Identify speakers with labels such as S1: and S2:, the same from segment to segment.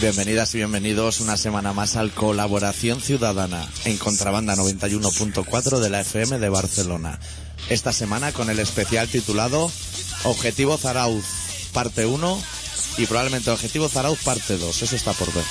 S1: Bienvenidas y bienvenidos una semana más al Colaboración Ciudadana en Contrabanda 91.4 de la FM de Barcelona. Esta semana con el especial titulado Objetivo Zarauz parte 1 y probablemente Objetivo Zarauz parte 2. Eso está por ver.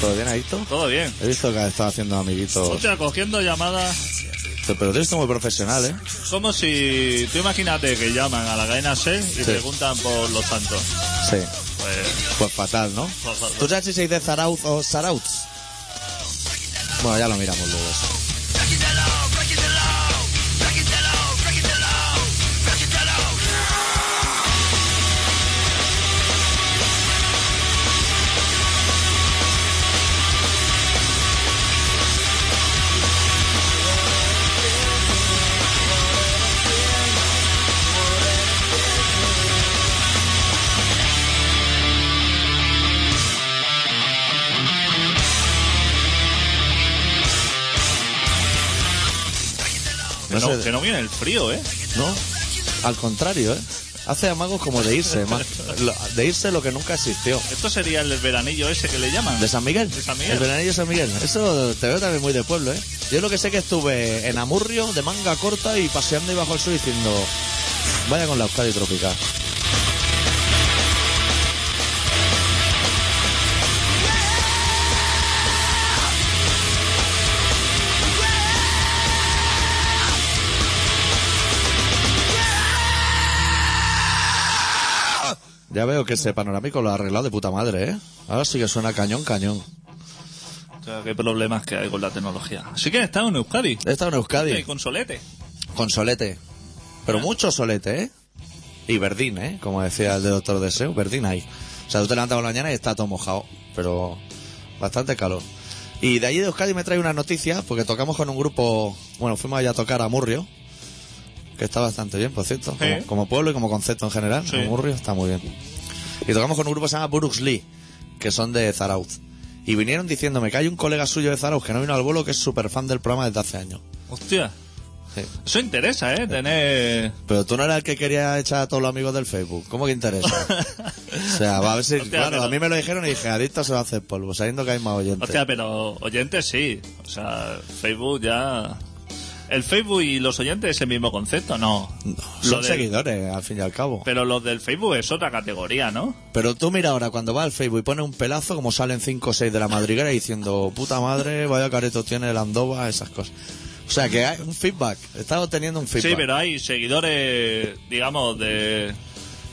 S1: ¿Todo bien, Adicto?
S2: Todo bien.
S1: He visto que estaba haciendo amiguitos.
S2: Escucha, cogiendo llamadas.
S1: Pero tú eres muy profesional, ¿eh?
S2: Como si. Tú imagínate que llaman a la cadena C y preguntan por los santos.
S1: Sí.
S2: Pues.
S1: Pues fatal, ¿no?
S2: Pues fatal.
S1: ¿Tú sabes si se dice Zarauz o Sarauz? Bueno, ya lo miramos luego. eso.
S2: Que no,
S1: sé-
S2: que no viene el frío, ¿eh?
S1: No, al contrario, ¿eh? Hace amagos como de irse, más- lo- de irse lo que nunca existió.
S2: Esto sería el veranillo ese que le llaman.
S1: ¿De San Miguel?
S2: De San Miguel.
S1: El veranillo de San Miguel. Eso te veo también muy de pueblo, ¿eh? Yo lo que sé que estuve en Amurrio, de manga corta y paseando ahí bajo el sol diciendo... Vaya con la Euskadi tropical. Ya veo que ese panorámico lo ha arreglado de puta madre, ¿eh? Ahora sí que suena cañón, cañón.
S2: O sea, qué problemas que hay con la tecnología. Así que estamos en Euskadi.
S1: He estado en
S2: Y
S1: Euskadi
S2: con solete.
S1: con solete. Pero mucho solete, ¿eh? Y verdín, ¿eh? Como decía el de Doctor Deseo, verdín ahí. O sea, tú te levantas por la mañana y está todo mojado. Pero bastante calor. Y de allí de Euskadi me trae una noticia, porque tocamos con un grupo... Bueno, fuimos allá a tocar a Murrio. Que está bastante bien, por cierto. Como,
S2: Sí.
S1: como pueblo y como concepto en general.
S2: Sí.
S1: Amurrio está muy bien. Y tocamos con un grupo que se llama Burux Lee, que son de Zarauz. Y vinieron diciéndome que hay un colega suyo de Zarauz que no vino al bolo, que es súper fan del programa desde hace años.
S2: Hostia.
S1: Sí.
S2: Eso interesa, ¿eh? Tener.
S1: Pero tú no eras el que quería echar a todos los amigos del Facebook. ¿Cómo que interesa? o sea, va a ver si...
S2: Hostia,
S1: claro,
S2: pero-
S1: a mí me lo dijeron y dije, adicto se va a hacer polvo, sabiendo que hay más oyentes.
S2: Hostia, pero oyentes sí. O sea, Facebook ya. El Facebook y los oyentes es el mismo concepto, ¿no?
S1: Son
S2: Lo del-
S1: seguidores, al fin y al cabo.
S2: Pero los del Facebook es otra categoría, ¿no?
S1: Pero tú mira ahora, cuando va al Facebook y pone un pelazo, como salen 5 o 6 de la madriguera diciendo, puta madre, vaya careto tiene el Andova, esas cosas. O sea, que hay un feedback. Estaba teniendo un feedback.
S2: Sí, pero hay seguidores, digamos, de,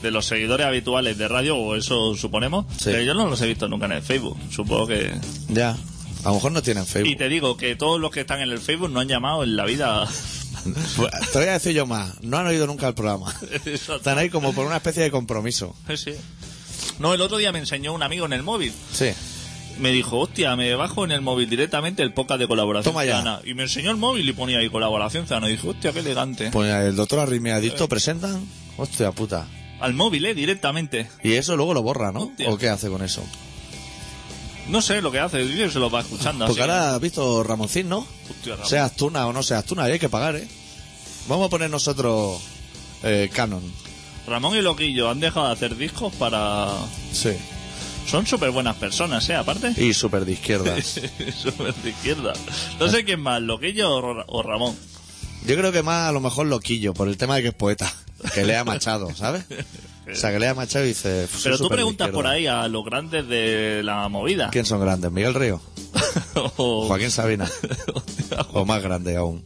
S2: de los seguidores habituales de radio, o eso suponemos,
S1: Sí.
S2: que yo no los he visto nunca en el Facebook. Supongo que...
S1: Ya. A lo mejor no tienen Facebook.
S2: Y te digo que todos los que están en el Facebook no han llamado en la vida.
S1: Bueno, Pues, Te voy a decir yo más. No han oído nunca el programa.
S2: Eso-
S1: Están ahí como por una especie de compromiso.
S2: sí. No, el otro día me enseñó un amigo en el móvil.
S1: Sí.
S2: Me dijo, hostia, me bajo en el móvil directamente el podcast de colaboración
S1: Toma ya.
S2: ciudadana. Y me enseñó el móvil y ponía ahí colaboración ciudadana. Y dije, hostia, qué elegante.
S1: Pues el doctor Arrimiadicto presentan. Hostia puta.
S2: Al móvil, eh, directamente.
S1: Y eso luego lo borra, ¿no?
S2: Hostia.
S1: ¿O qué hace con eso?
S2: No sé lo que hace, yo se lo va escuchando.
S1: Porque
S2: así.
S1: ahora has visto Ramoncín, ¿no?
S2: Hostia, Ramón.
S1: Seas tuna o no seas tuna, ahí hay que pagar, ¿eh? Vamos a poner nosotros eh, Canon.
S2: Ramón y Loquillo han dejado de hacer discos para...
S1: Sí.
S2: Son súper buenas personas, ¿eh? Aparte.
S1: Y súper de izquierdas.
S2: Súper de izquierda. No sé quién más, Loquillo o, Ra- o Ramón.
S1: Yo creo que más a lo mejor loquillo, por el tema de que es poeta. Que lea Machado, ¿sabes? O sea, que lea Machado y dice... "Soy
S2: Pero tú
S1: súper de
S2: preguntas por
S1: izquierda".
S2: ahí a los grandes de la movida.
S1: ¿Quién son grandes? ¿Miguel Río?
S2: O-
S1: ¿Joaquín Sabina? ¿O más grande aún?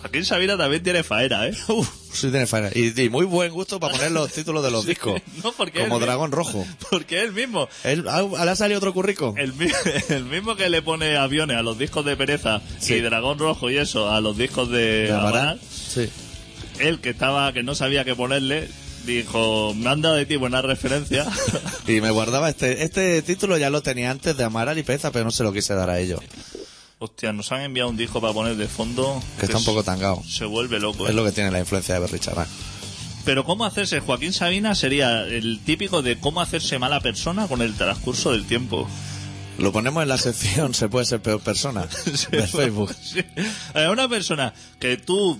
S2: Joaquín Sabina también tiene faena, ¿eh?
S1: Sí, tiene faena. Y, y muy buen gusto para poner los títulos de los discos.
S2: No, porque
S1: Como
S2: él-
S1: Dragón Rojo.
S2: Porque él mismo,
S1: Él, ah, ¿Le ha salido otro currico?
S2: el, mi- el mismo que le pone aviones a los discos de Pereza
S1: Sí.
S2: y Dragón Rojo y eso, a los discos de
S1: ¿De Amaral?
S2: Amaral,
S1: Sí.
S2: él que estaba, que no sabía qué ponerle, dijo, me han dado de ti buena referencia.
S1: Y me guardaba este. Este título ya lo tenía antes de Amaral y Peza, pero no se lo quise dar a ellos.
S2: Hostia, nos han enviado un disco para poner de fondo.
S1: Que está un poco tangado.
S2: Se vuelve loco.
S1: Es
S2: ¿eh?
S1: lo que tiene la influencia de Berry Charán.
S2: Pero cómo hacerse Joaquín Sabina sería el típico de cómo hacerse mala persona con el transcurso del tiempo.
S1: Lo ponemos en la sección Se puede ser peor persona de Facebook.
S2: Sí. A ver, Una persona que tú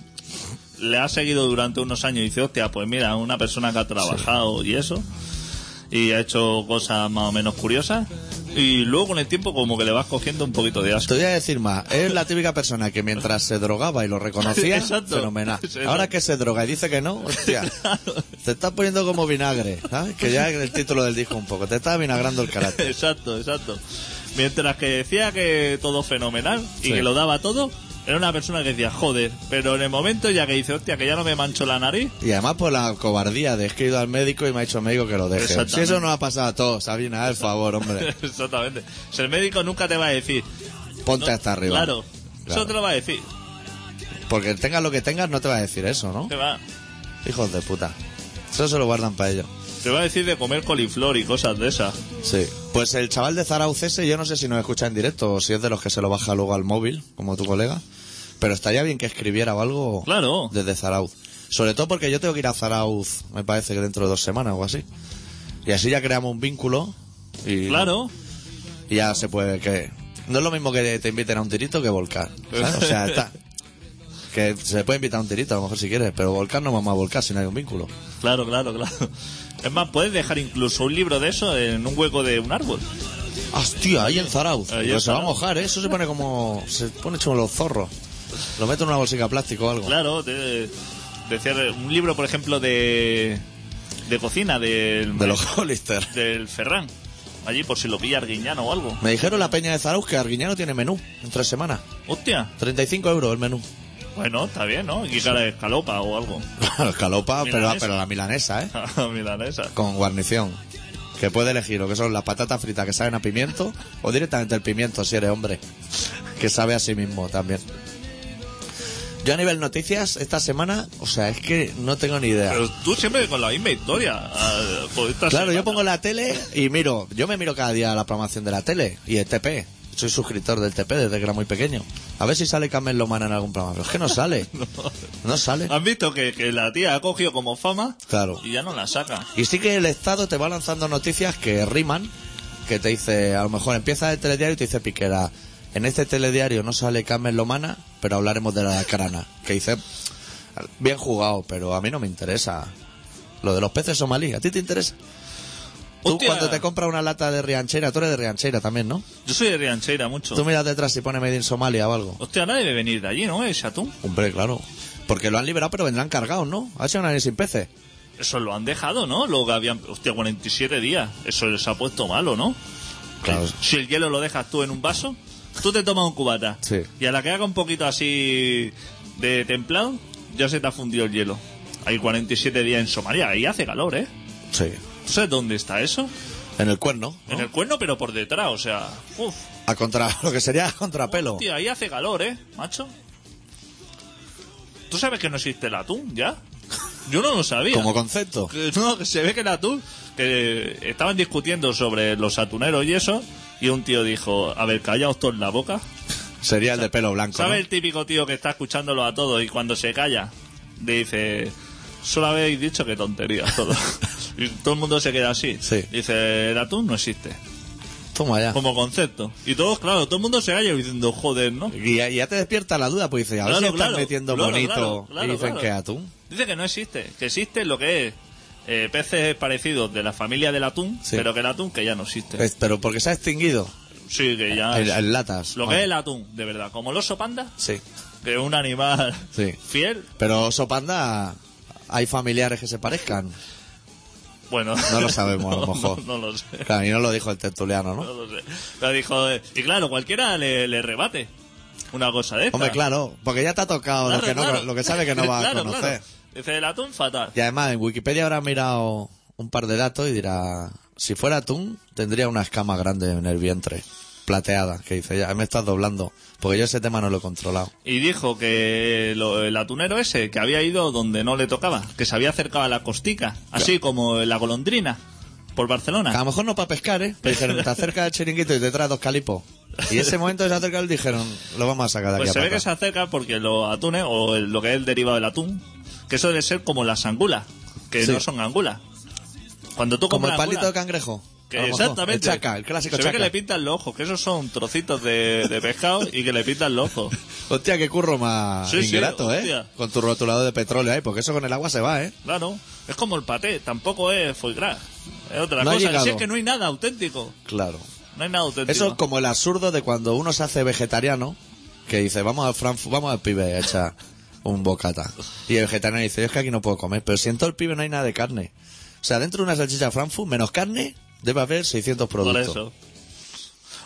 S2: le has seguido durante unos años y dices, hostia, pues mira, una persona que ha trabajado y eso, y ha hecho cosas más o menos curiosas, y luego con el tiempo como que le vas cogiendo un poquito de
S1: Te
S2: asco.
S1: voy a decir más. Es la típica persona que mientras se drogaba y lo reconocía,
S2: Exacto.
S1: fenomenal.
S2: Exacto.
S1: Ahora que se droga y dice que no, hostia, te estás poniendo como vinagre, ¿sabes? Que ya es el título del disco un poco. Te está vinagrando el carácter.
S2: Exacto, exacto. Mientras que decía que todo fenomenal y
S1: Sí.
S2: que lo daba todo, era una persona que decía, joder, pero en el momento ya que dice, hostia, que ya no me mancho la nariz,
S1: Y además por la cobardía de es que he ido al médico y me ha dicho el médico que lo deje.
S2: Exactamente.
S1: Si eso no ha pasado a todos, Sabina, el favor, hombre.
S2: Exactamente. Si el médico nunca te va a decir.
S1: Ponte
S2: no,
S1: hasta arriba.
S2: Claro,
S1: Claro.
S2: Eso te lo va a decir.
S1: Porque tengas lo que tengas, no te va a decir eso, ¿no?
S2: Te va,
S1: Hijos de puta. Eso se lo guardan para ellos.
S2: te va a decir de comer coliflor y cosas de esas.
S1: Sí. Pues el chaval de Zarauz ese, yo no sé si nos escucha en directo o si es de los que se lo baja luego al móvil, como tu colega. Pero estaría bien que escribiera o algo
S2: Claro.
S1: desde Zarauz. Sobre todo porque yo tengo que ir a Zarauz, me parece que dentro de dos semanas o así. Y así ya creamos un vínculo y,
S2: Claro.
S1: y ya se puede que... No es lo mismo que te inviten a un tirito que volcar. ¿sabes? O sea, está... Que se puede invitar a un tirito, a lo mejor si quieres, pero volcar no vamos a volcar si no hay un vínculo.
S2: Claro, claro, claro. Es más, puedes dejar incluso un libro de eso en un hueco de un árbol.
S1: Hostia, ahí en Zarauz.
S2: Ahí en
S1: Pero se va a
S2: Zarauz.
S1: mojar, ¿eh? Eso se pone como. Se pone como los zorros. Lo meto en una bolsica de plástico o algo.
S2: Claro, te- decía un libro, por ejemplo, de, de cocina del,
S1: De los Hollister.
S2: del Ferran. Allí, por si lo pilla Arguiñano o algo.
S1: Me dijeron la peña de Zarauz que Arguiñano tiene menú en tres semanas.
S2: Hostia.
S1: 35 euros el menú.
S2: Bueno, está bien, ¿no? Y cara de escalopa o algo.
S1: Calopa, pero,
S2: Milanesa.
S1: pero la milanesa, ¿eh?
S2: Milanesa.
S1: Con guarnición. Que puede elegir lo que son las patatas fritas que saben a pimiento o directamente el pimiento si eres hombre. Que sabe a sí mismo también. Yo a nivel noticias, esta semana, o sea, es que no tengo ni idea.
S2: Pero tú siempre con la misma historia. ah, pues esta
S1: Claro,
S2: semana-
S1: yo pongo la tele y miro. Yo me miro cada día la programación de la tele y el TP. Soy suscriptor del TP desde que era muy pequeño. A ver si sale Carmen Lomana en algún programa. Pero es que no sale. No sale.
S2: ¿Has visto que, que la tía ha cogido como fama?
S1: Claro.
S2: Y ya no la saca.
S1: Y sí que el Estado te va lanzando noticias que riman, que te dice, a lo mejor empieza el telediario y te dice Piquera, en este telediario no sale Carmen Lomana, pero hablaremos de la crana. Que dice, bien jugado, pero a mí no me interesa. Lo de los peces somalíes, ¿a ti te interesa? Tú
S2: Hostia.
S1: cuando te compras una lata de rianchera, tú eres de rianchera también, ¿no?
S2: Yo soy de Riancheira mucho.
S1: Tú miras detrás si pone Made in Somalia o algo.
S2: Hostia, ahora debe venir de allí, ¿no? Ese atún.
S1: Hombre, claro. Porque lo han liberado, pero vendrán cargados, ¿no? Ha hecho un análisis sin peces.
S2: Eso lo han dejado, ¿no? Lo que habían. Hostia, 47 días. Eso les ha puesto malo, ¿no?
S1: Claro.
S2: Si el hielo lo dejas tú en un vaso, tú te tomas un cubata.
S1: Sí.
S2: Y a la que haga un poquito así de templado, ya se te ha fundido el hielo. Hay 47 días en Somalia. Ahí hace calor, ¿eh?
S1: Sí.
S2: ¿Tú ¿Sabes dónde está eso?
S1: En el cuerno. ¿no?
S2: En el cuerno, pero por detrás, o sea. Uf.
S1: A contra, lo que sería a contrapelo.
S2: Tío, ahí hace calor, ¿eh, macho? ¿Tú sabes que no existe el atún ya? Yo no lo sabía.
S1: Como concepto.
S2: Que No, que se ve que el atún... Que estaban discutiendo sobre los atuneros y eso, y un tío dijo, a ver, callaos todos la boca.
S1: Sería el de pelo blanco. ¿no?
S2: ¿Sabes el típico tío que está escuchándolo a todos y cuando se calla, dice, solo habéis dicho que tonterías todo. y todo el mundo se queda así.
S1: Sí. Ah.
S2: Dice, el atún no existe,
S1: Toma ya.
S2: como concepto. Y todos, claro, todo el mundo se calla diciendo, joder, ¿no?
S1: Y ya, y ya te despierta la duda, pues dices, a ver
S2: Claro,
S1: si están
S2: claro,
S1: metiendo
S2: claro,
S1: bonito.
S2: claro, claro,
S1: y dicen
S2: claro.
S1: que atún.
S2: Dice que no existe, que existe lo que es eh, peces parecidos de la familia del atún,
S1: Sí.
S2: pero que el atún que ya no existe.
S1: Es- pero porque se ha extinguido
S2: sí, que ya
S1: en,
S2: es-
S1: en latas.
S2: lo que
S1: Vale.
S2: es el atún, de verdad, como el oso panda,
S1: Sí.
S2: que es un animal
S1: Sí.
S2: fiel,
S1: Pero oso panda, hay familiares que se parezcan.
S2: bueno,
S1: No lo sabemos, a lo mejor.
S2: No, no lo sé.
S1: Claro, y no lo dijo el tertuliano, ¿no?
S2: no lo sé. Pero dijo, eh, y claro, cualquiera le, le rebate una cosa de esta.
S1: Hombre, claro, porque ya te ha tocado
S2: Claro,
S1: lo, que no,
S2: claro.
S1: lo que sabe que no va
S2: Claro,
S1: a
S2: claro.
S1: conocer.
S2: Dice el atún fatal.
S1: Y además, en Wikipedia habrá mirado un par de datos y dirá: si fuera atún, tendría una escama grande en el vientre, plateada, que dice: ya me estás doblando, porque yo ese tema no lo he controlado.
S2: Y dijo que lo- el atunero ese, que había ido donde no le tocaba, que se había acercado a la costica, así como la golondrina, por
S1: Que a
S2: Barcelona.
S1: lo mejor no para pescar, ¿eh? Pero dijeron: te acercas del chiringuito y te traes dos calipos. Y ese momento que se acercaron dijeron, lo vamos a sacar de
S2: Pues
S1: aquí
S2: se
S1: a
S2: ve que se acerca porque los atunes, o el- lo que es el derivado del atún, que eso debe ser como las angulas, que
S1: Sí.
S2: no son angulas. Cuando tú
S1: Como
S2: compras
S1: el palito
S2: angulas,
S1: de cangrejo.
S2: que
S1: a lo mejor.
S2: exactamente.
S1: El chaca, el clásico
S2: se ve
S1: chaca.
S2: que le pintan los ojos, que esos son trocitos de, de pescado y que le pintan los ojos.
S1: Hostia, qué curro más
S2: Sí, sí,
S1: ingrato, ¿eh?
S2: hostia.
S1: Con tu rotulador de petróleo ahí, porque eso con el agua se va, ¿eh?
S2: Claro, es como el paté, tampoco es foie gras. Es otra
S1: No ha
S2: cosa.
S1: llegado.
S2: Si es que no hay nada auténtico.
S1: Claro.
S2: No hay nada auténtico.
S1: Eso es como el absurdo de cuando uno se hace vegetariano, que dice, vamos al Frankfurt, vamos al pibe a echar un bocata. Y el vegetariano dice, es que aquí no puedo comer, pero si en todo el pibe no hay nada de carne. O sea, dentro de una salchicha Frankfurt, menos carne, debe haber 600
S2: Por
S1: productos.
S2: eso.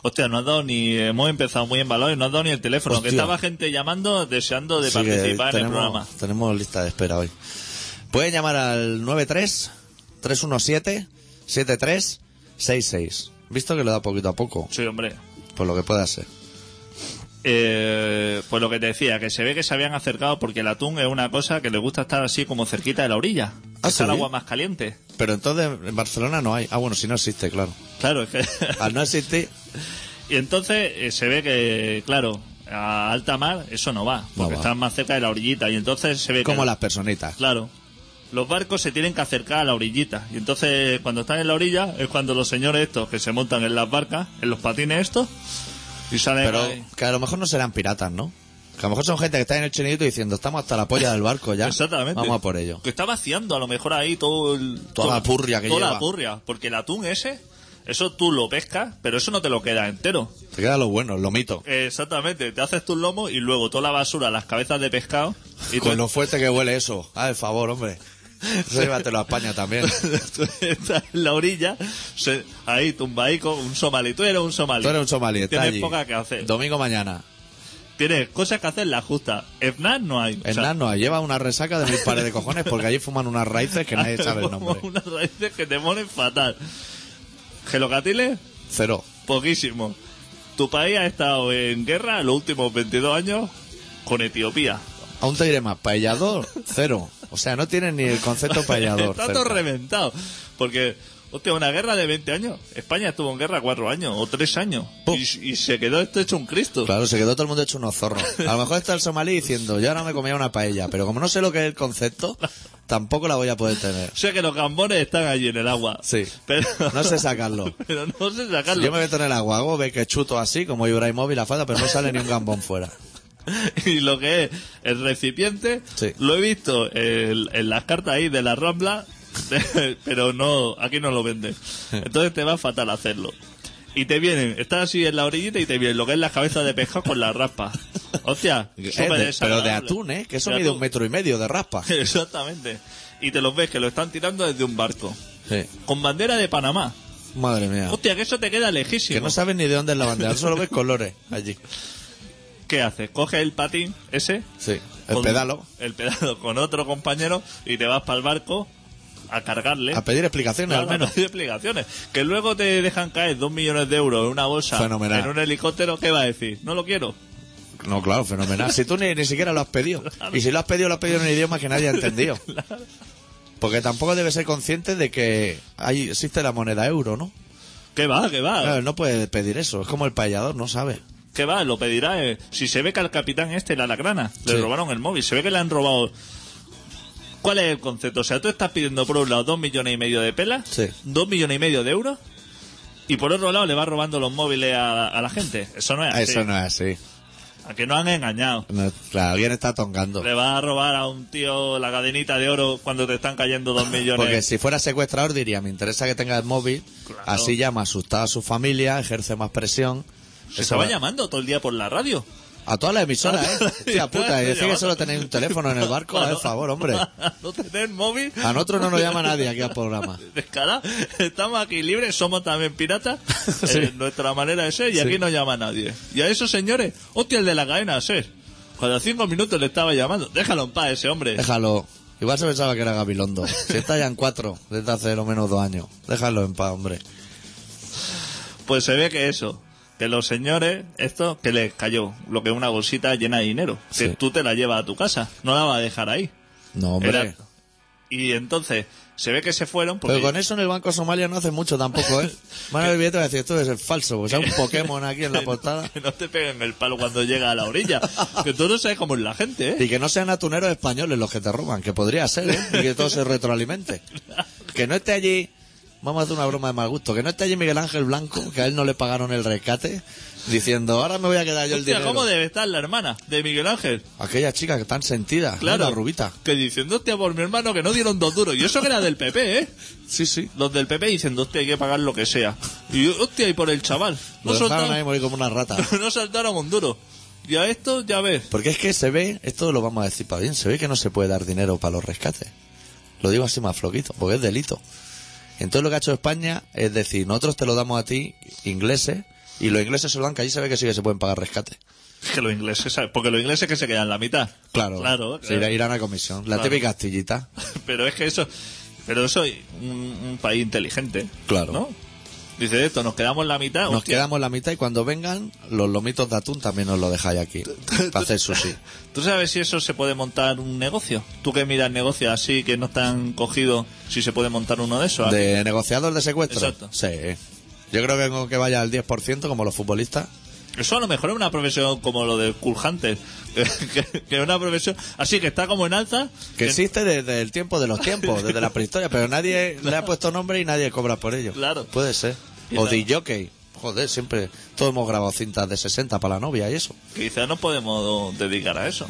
S2: Hostia, no has dado ni. Hemos empezado muy embalados y no has dado ni el teléfono. Que
S1: Hostia.
S2: estaba gente llamando, deseando de
S1: Así que
S2: participar en el
S1: tenemos-
S2: programa.
S1: Tenemos lista de espera hoy. Pueden llamar al 93-317-7366. Visto que lo da poquito a poco,
S2: Sí, hombre.
S1: por lo que pueda ser.
S2: Eh, pues lo que te decía, que se ve que se habían acercado porque el atún es una cosa que le gusta estar así como cerquita de la orilla.
S1: Ah,
S2: está el
S1: ¿sí?
S2: agua más caliente.
S1: Pero entonces en Barcelona no hay. Ah, bueno, si no existe, claro.
S2: Claro, es que.
S1: Al no existir,
S2: y entonces eh, se ve que, claro, a alta mar eso no va, porque
S1: va.
S2: están más cerca de la orillita. Y entonces se ve
S1: como
S2: que.
S1: las personitas.
S2: Claro. Los barcos se tienen que acercar a la orillita. Y entonces, cuando están en la orilla, es cuando los señores estos que se montan en las barcas, en los patines estos, y salen.
S1: Pero
S2: ahí.
S1: que a lo mejor no serán piratas, ¿no? Que a lo mejor son gente que está en el chiringuito diciendo, estamos hasta la polla del barco ya.
S2: Exactamente.
S1: Vamos a por ello.
S2: Que está vaciando a lo mejor ahí todo el.
S1: Toda la purria que
S2: Toda la
S1: lleva.
S2: purria. Porque el atún ese, eso tú lo pescas, pero eso no te lo queda entero.
S1: Te queda lo bueno, lo mito.
S2: Exactamente. Te haces tu lomo y luego toda la basura, las cabezas de pescado. Y
S1: Con
S2: tú,
S1: lo fuerte que huele eso. Ah, el favor, hombre. Eso llévatelo a España también.
S2: tú estás en la orilla, se- ahí tumbaico, un somalí. Tú eres un somalí.
S1: Tú eres un somalí, está
S2: Tienes
S1: allí.
S2: poca que hacer.
S1: Domingo mañana.
S2: Tienes cosas que hacer las justas. Hernán no hay. O sea,
S1: Hernán nos lleva una resaca de mil pares de cojones porque allí fuman unas raíces que nadie sabe el nombre.
S2: como Unas raíces que te ponen fatal. Gelocatiles,
S1: Cero.
S2: poquísimo. Tu país ha estado en guerra los últimos 22 años con Etiopía.
S1: Aún te diré más. Paellador, cero. O sea, no tienen ni el concepto paellador.
S2: Está todo
S1: cerca.
S2: reventado. Porque, hostia, una guerra de 20 años. España estuvo en guerra 4 años o 3 años.
S1: Pum.
S2: Y, y se quedó esto hecho un Cristo.
S1: Claro, se quedó todo el mundo hecho unos zorros. A lo mejor está el somalí diciendo, yo ahora me comía una paella, pero como no sé lo que es el concepto, tampoco la voy a poder tener.
S2: O sea que los gambones están allí en el agua.
S1: Sí.
S2: Pero,
S1: No sé sacarlo.
S2: pero no sé sacarlo.
S1: Yo me meto en el agua, hago ve que chuto así, como Ibrahimovic la falda, pero no sale ni un gambón fuera.
S2: y lo que es el recipiente
S1: Sí.
S2: lo he visto en, en las cartas ahí de la Rambla pero no aquí no lo venden entonces te va fatal hacerlo y te vienen estás así en la orillita y te vienen lo que es la cabeza de pescado con la raspa hostia
S1: Eh, de-
S2: súper
S1: pero
S2: desagradable.
S1: de atún, ¿eh? Que eso
S2: De
S1: mide
S2: atún.
S1: un metro y medio de raspa.
S2: exactamente y te los ves que lo están tirando desde un barco
S1: Sí.
S2: con bandera de Panamá
S1: Madre mía.
S2: hostia que eso te queda lejísimo
S1: Ah. Que no sabes ni de dónde es la bandera, solo ves colores allí.
S2: ¿qué haces? coges el patín ese
S1: Sí, el
S2: con-
S1: pedalo.
S2: El pedalo con otro compañero y te vas para el barco a cargarle.
S1: A pedir explicaciones
S2: Claro,
S1: al menos.
S2: no hay explicaciones. Que luego te dejan caer dos millones de euros en una bolsa,
S1: Fenomenal.
S2: en un helicóptero, ¿qué va a decir? No lo quiero.
S1: No, claro, fenomenal. Si tú ni, ni siquiera lo has pedido. Y si lo has pedido, lo has pedido en un idioma que nadie ha entendido. Porque tampoco debe ser consciente de que ahí existe la moneda euro, ¿no?
S2: ¿Qué va? ¿Qué va?
S1: Claro, no puede pedir eso. Es como el payador, no sabe.
S2: ¿Qué va? Lo pedirá. eh. Si se ve que al capitán este, la lacrana, le
S1: Sí.
S2: robaron el móvil, se ve que le han robado. ¿Cuál es el concepto? O sea, tú estás pidiendo por un lado dos millones y medio de pelas,
S1: Sí.
S2: dos millones y medio de euros, y por otro lado le vas robando los móviles a, a la gente. Eso no es así.
S1: Eso no es así.
S2: A que no han engañado.
S1: No, claro, alguien está tongando.
S2: Le vas a robar a un tío la cadenita de oro cuando te están cayendo dos millones.
S1: Porque si fuera secuestrador diría, me interesa que tenga el móvil.
S2: Claro.
S1: Así llama asustada a su familia, ejerce más presión.
S2: Se
S1: Eso
S2: estaba
S1: va-
S2: llamando todo el día por la radio.
S1: A todas las emisoras,
S2: Ah,
S1: ¿eh? Hostia puta, y decir que solo tenéis un teléfono en el barco, a ver,
S2: Claro.
S1: favor, hombre.
S2: no tener móvil.
S1: A nosotros no nos llama nadie aquí al programa.
S2: Descarado. Estamos aquí libres, somos también piratas.
S1: Sí.
S2: Eh, nuestra manera de ser y aquí no llama nadie. Y a esos señores, hostia, el de la cadena ser. Cada cinco minutos le estaba llamando. Déjalo en paz ese hombre.
S1: Déjalo. Igual se pensaba que era Gabilondo. Si está ya en cuatro, desde hace lo menos dos años. Déjalo en paz, hombre.
S2: Pues se ve que eso, que los señores, esto, que les cayó, lo que es una bolsita llena de dinero, que
S1: Sí.
S2: tú te la llevas a tu casa, no la vas a dejar ahí.
S1: No, hombre.
S2: Era- Y entonces, Se ve que se fueron porque...
S1: Pero con eso en el Banco Somalia no hace mucho tampoco, ¿eh? Van a ver billete y van a decir, esto es el falso, pues hay un Pokémon aquí en la portada.
S2: Que no te peguen el palo cuando llega a la orilla. Que tú no sabes cómo es la gente, ¿eh?
S1: Y que no sean atuneros españoles los que te roban, que podría ser, ¿eh? Y que todo se retroalimente. Que no esté allí, vamos a hacer una broma de mal gusto, que no esté allí Miguel Ángel Blanco, que a él no le pagaron el rescate, diciendo, ahora me voy a quedar yo el
S2: Hostia,
S1: dinero.
S2: ¿cómo debe estar la hermana de Miguel Ángel?
S1: Aquella chica que tan sentida,
S2: Claro.
S1: la rubita.
S2: Que diciendo, hostia, por mi hermano, que no dieron dos duros. Y eso que era del PP, ¿eh?
S1: Sí, sí.
S2: Los del PP diciendo, hostia, hay que pagar lo que sea. Y hostia, y por el chaval.
S1: Lo dejaron
S2: No
S1: ahí
S2: soltaron,
S1: morir como una rata.
S2: no saltaron un duro. Y a esto, ya ves.
S1: Porque es que se ve, esto lo vamos a decir para bien, se ve que no se puede dar dinero para los rescates. Lo digo así más floquito, porque es delito. Entonces lo que ha hecho España es decir, nosotros te lo damos a ti, ingleses, y los ingleses se lo dan, que allí se ve que sí que se pueden pagar rescates.
S2: Es que los ingleses, ¿sabes? Porque los ingleses que se quedan la mitad.
S1: Claro,
S2: Claro,
S1: Se irá- irán a comisión. La
S2: Claro.
S1: típica astillita.
S2: Pero es que eso. Pero soy un, un país inteligente.
S1: Claro.
S2: ¿no? Dice esto, nos quedamos la mitad.
S1: Nos
S2: hostia.
S1: quedamos la mitad y cuando vengan, los lomitos de atún también nos lo dejáis aquí, para hacer sushi.
S2: ¿Tú sabes si eso se puede montar un negocio? Tú que miras negocios así que no están cogidos, si se puede montar uno de esos.
S1: ¿De negociador de secuestro?
S2: Exacto.
S1: Sí. Yo creo que con que vaya al 10%, como los futbolistas,
S2: Eso a lo mejor es una profesión como lo de Cool Hunter, que, que- que es una profesión así que está como en alza.
S1: Que existe desde el tiempo de los tiempos, desde la prehistoria, pero nadie le ha puesto nombre y nadie cobra por ello.
S2: Claro.
S1: Puede ser. O
S2: Claro.
S1: DJ. Joder, siempre. Todos hemos grabado cintas de 60 para la novia y eso.
S2: que quizás no podemos dedicar a eso.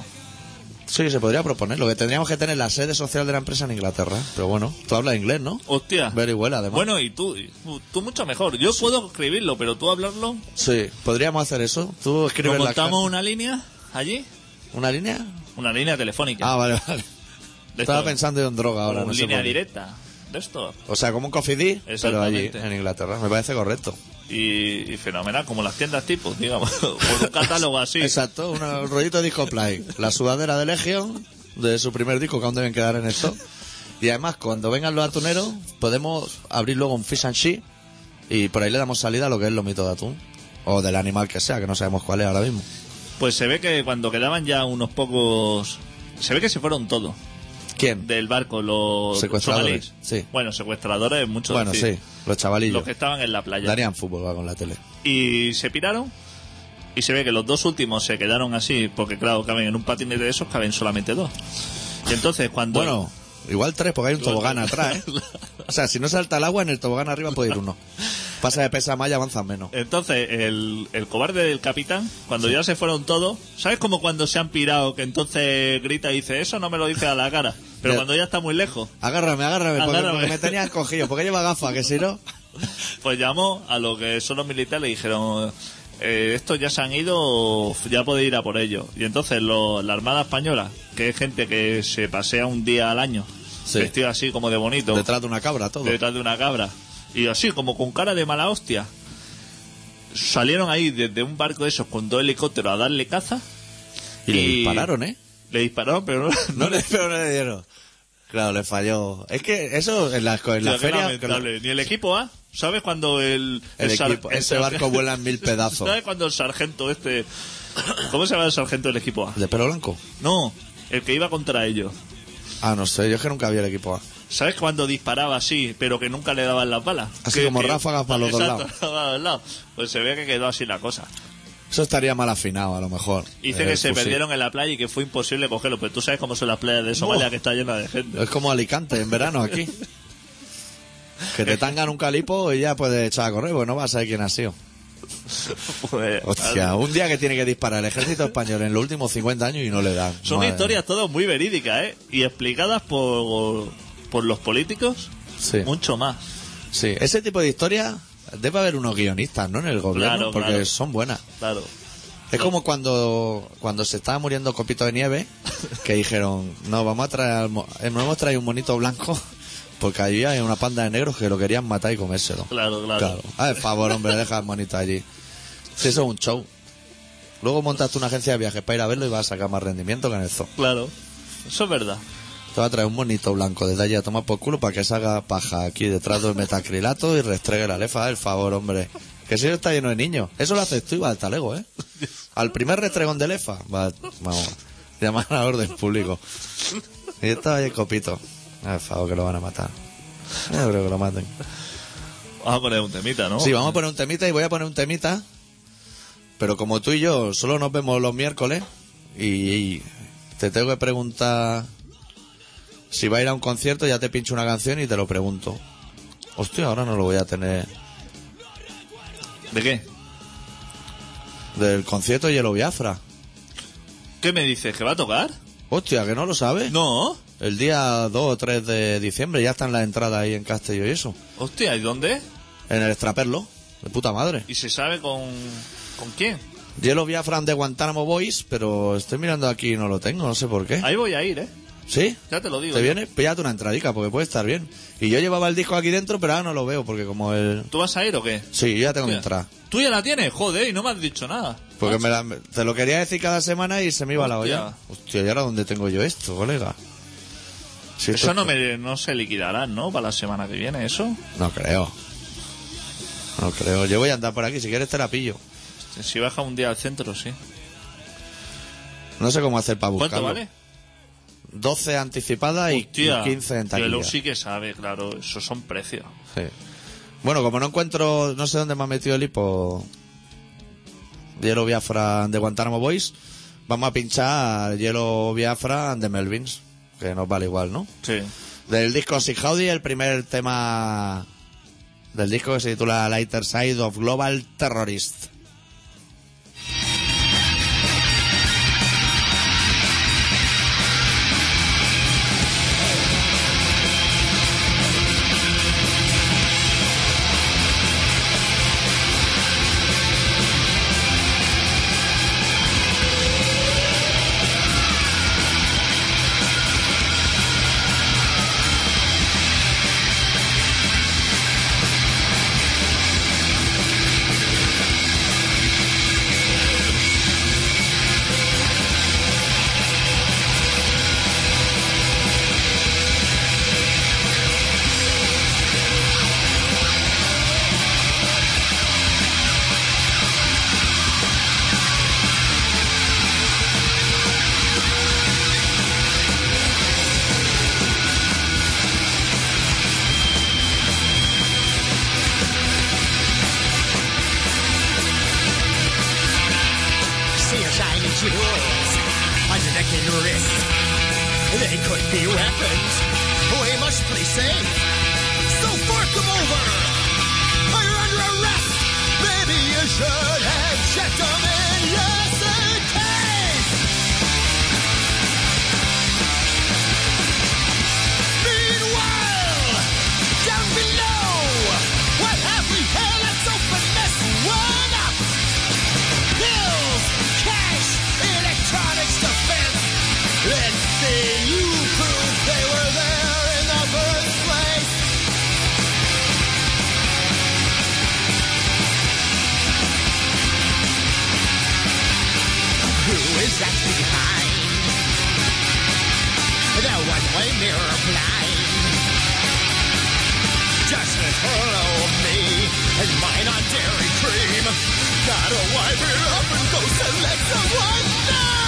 S1: Sí, se podría proponer. Lo que tendríamos que tener es la sede social de la empresa en Inglaterra. Pero bueno, tú hablas inglés, ¿no?
S2: Hostia.
S1: Very well, además.
S2: Bueno, y tú, y- tú mucho mejor. Yo puedo escribirlo, pero tú hablarlo.
S1: Sí, podríamos hacer eso. Tú
S2: Nos
S1: escribes la
S2: montamos una línea allí,
S1: ¿Una línea?
S2: una línea telefónica.
S1: Ah, vale, vale.
S2: De
S1: Estaba
S2: esto,
S1: pensando en droga ahora. no
S2: como
S1: sé
S2: línea
S1: por qué.
S2: directa de esto.
S1: O sea, como un coffee D, pero allí,
S2: Exactamente.
S1: en Inglaterra. Me parece correcto.
S2: Y, y fenomenal, como las tiendas tipo, digamos, por un catálogo así.
S1: Exacto, una- un rollito de disco play. La sudadera de Legion, de su primer disco, que aún deben quedar en esto. Y además, cuando vengan los atuneros, podemos abrir luego un fish and chip y por ahí le damos salida a lo que es lo mito de atún. O del animal que sea, que no sabemos cuál es ahora mismo.
S2: Pues se ve que cuando quedaban ya unos pocos. Se ve que se fueron todos
S1: ¿Quién?
S2: del barco, los
S1: Secuestradores,
S2: somalíes.
S1: sí.
S2: Bueno, secuestradores, muchos
S1: bueno,
S2: decir,
S1: sí, los chavalillos.
S2: los que estaban en la playa.
S1: Darían fútbol va, con la tele.
S2: Y se piraron. Y se ve que los dos últimos se quedaron así, porque claro, caben en un patinete de esos, caben solamente dos. Y entonces cuando.
S1: Bueno, igual tres, porque hay un tobogán atrás, ¿eh? O sea, si no salta el agua, en el tobogán arriba puede ir uno. Pasa de pesa más y avanzan menos.
S2: Entonces, el, el cobarde del capitán, cuando ya se fueron todos, ¿sabes como cuando se han pirado, que entonces grita y dice, eso no me lo dice a la cara? Pero
S1: Ya.
S2: cuando ya está muy lejos,
S1: Agárrame, agárrame, porque-
S2: Agárrame.
S1: porque me tenías cogido. Porque lleva gafas, que si no...
S2: pues llamó a lo que son los militares y dijeron, "Eh, estos ya se han ido, ya podéis ir a por ellos. Y entonces lo- la Armada Española, que es gente que se pasea un día al año,
S1: Sí.
S2: vestido así como de bonito,
S1: Detrás de una cabra, todo.
S2: detrás de una cabra. Y así, como con cara de mala hostia. Salieron ahí desde un barco de esos con dos helicópteros a darle caza.
S1: Y le dispararon, ¿eh?
S2: Le dispararon, pero no,
S1: No le, pero no le dieron. Claro, le falló. Es que eso en la, en la
S2: Tío, qué
S1: feria.
S2: lamentable. Ni el equipo A. ¿Sabes cuando el...
S1: El
S2: sar-
S1: equipo,
S2: el
S1: ese
S2: sar-
S1: barco vuela en mil pedazos.
S2: ¿Sabes cuando el sargento este... ¿Cómo se llama el sargento del equipo A?
S1: ¿De pelo blanco?
S2: No, el que iba contra ellos.
S1: Ah, no sé, yo es que nunca vi el equipo A.
S2: ¿Sabes cuando disparaba así, pero que nunca le daban las balas?
S1: Así
S2: Que-
S1: como
S2: que-
S1: ráfagas para los dos
S2: Exacto,
S1: lados.
S2: para los lados. Pues se ve que quedó así la cosa.
S1: Eso estaría mal afinado, a lo mejor. Eh, pues
S2: Dice
S1: El
S2: que se
S1: fusil.
S2: perdieron en la playa y que fue imposible cogerlo. Pero tú sabes cómo son las playas de Somalia,
S1: No.
S2: que está llena de gente.
S1: Es como Alicante en verano aquí. Que te tangan un calipo y ya puedes echar a correr, porque no vas a saber quién ha sido.
S2: Pues,
S1: Hostia, un día que tiene que disparar el ejército español en los últimos 50 años y no le dan.
S2: Pues, Son
S1: Madre
S2: historias todas muy verídicas, ¿eh? Y explicadas por, por los políticos,
S1: Sí.
S2: mucho más.
S1: Sí, ese tipo de historias debe haber unos guionistas, ¿no? En el gobierno,
S2: Claro,
S1: porque
S2: claro.
S1: son buenas.
S2: Claro.
S1: Es como cuando, cuando se estaba muriendo Copito de Nieve, que dijeron, no, vamos a traer, al mo- eh, no hemos traído un monito blanco, porque allí hay una panda de negros que lo querían matar y comérselo.
S2: Claro, claro.
S1: A ver, favor, hombre, deja al monito allí. Si eso es un show. Luego montaste una agencia de viajes para ir a verlo y vas a sacar más rendimiento que en el zoo.
S2: Claro. Eso es verdad.
S1: Te va a traer un monito blanco desde allí a tomar por culo para que se haga paja aquí detrás del metacrilato y restregue la lefa. El favor, hombre. Que si eso está lleno de niños. Eso lo haces tú y vas al talego, ¿eh? Al primer restregón de lefa. Va, vamos. Llamar a orden público. Y estaba ahí el copito. Al favor, que lo van a matar. No creo que lo maten.
S2: Vamos a poner un temita, ¿no?
S1: Sí, vamos a poner un temita y voy a poner un temita. Pero como tú y yo solo nos vemos los miércoles y, y te tengo que preguntar si va a ir a un concierto, ya te pincho una canción y te lo pregunto. Hostia, ahora no lo voy a tener.
S2: ¿De qué?
S1: Del concierto Yellow Biafra.
S2: ¿Qué me dices? ¿Que va a tocar?
S1: Hostia, que no lo sabes.
S2: No.
S1: El día 2 o 3 de diciembre ya están las entradas ahí en Castelló y eso.
S2: Hostia, ¿y dónde?
S1: En el extraperlo. De puta madre.
S2: ¿Y se sabe con, con quién?
S1: Yellow Biafra de Guantánamo Boys, pero estoy mirando aquí y no lo tengo, no sé por qué.
S2: Ahí voy a ir, ¿eh?
S1: ¿Sí?
S2: Ya te lo digo.
S1: ¿Te
S2: yo.
S1: viene? Píllate una entradica porque puede estar bien. Y yo llevaba el disco aquí dentro, pero ahora no lo veo porque como el...
S2: ¿Tú vas a ir o qué?
S1: Sí, yo ya tengo mi
S2: Mira,
S1: entrada.
S2: ¿Tú ya la tienes? Joder, y no me has dicho nada.
S1: Porque me la- te lo quería decir cada semana y se me iba la olla. Hostia, ¿y ahora dónde tengo yo esto, colega? Si esto-
S2: Eso no, me, no se liquidará, ¿no? Para la semana que viene, eso.
S1: No creo. No creo. Yo voy a andar por aquí, si quieres te la pillo.
S2: Si baja un día al centro, sí.
S1: No sé cómo hacer para buscarlo.
S2: ¿Cuánto vale?
S1: 12 anticipadas y
S2: Hostia,
S1: 15 en taquilla.
S2: Yellow sí que sabe, claro. Esos son precios.
S1: Sí. Bueno, como no encuentro, no sé dónde me ha metido el hipo Hielo Biafra de Guantánamo Boys, vamos a pinchar Hielo Biafra de Melvins, que nos vale igual, ¿no?
S2: Sí.
S1: Del disco Sig Howdy, el primer tema del disco que se titula Lighter Side of Global Terrorist.
S3: see your shiny jewels on your neck and wrist. They could be weapons. We must play safe. So fork them over. Or you're under arrest. Maybe you should have checked them in just in case. Meanwhile, down below, what have we here? Let's open this one up pills, cash, electronics, defense. Let's see you prove they were there in the first place. Who is that behind? The one-way mirror blind. Just follow me and mine on dairy cream. Gotta wipe it up and go select someone now.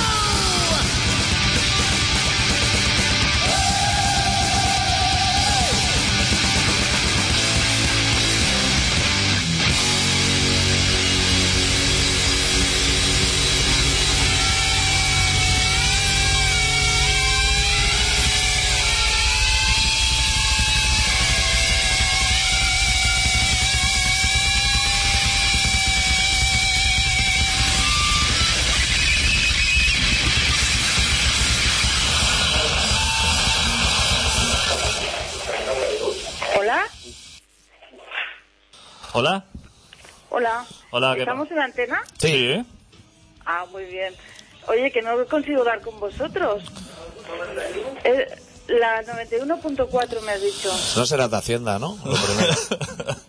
S4: Hola,
S2: ¿Hola?
S4: hola.
S2: Hola, ¿qué
S4: ¿Estamos en antena?
S2: Sí. ¿eh?
S4: Ah, muy bien. Oye, que no consigo dar con vosotros. Eh, la 91.4 me has dicho.
S1: No serás de Hacienda, ¿no? Lo primero.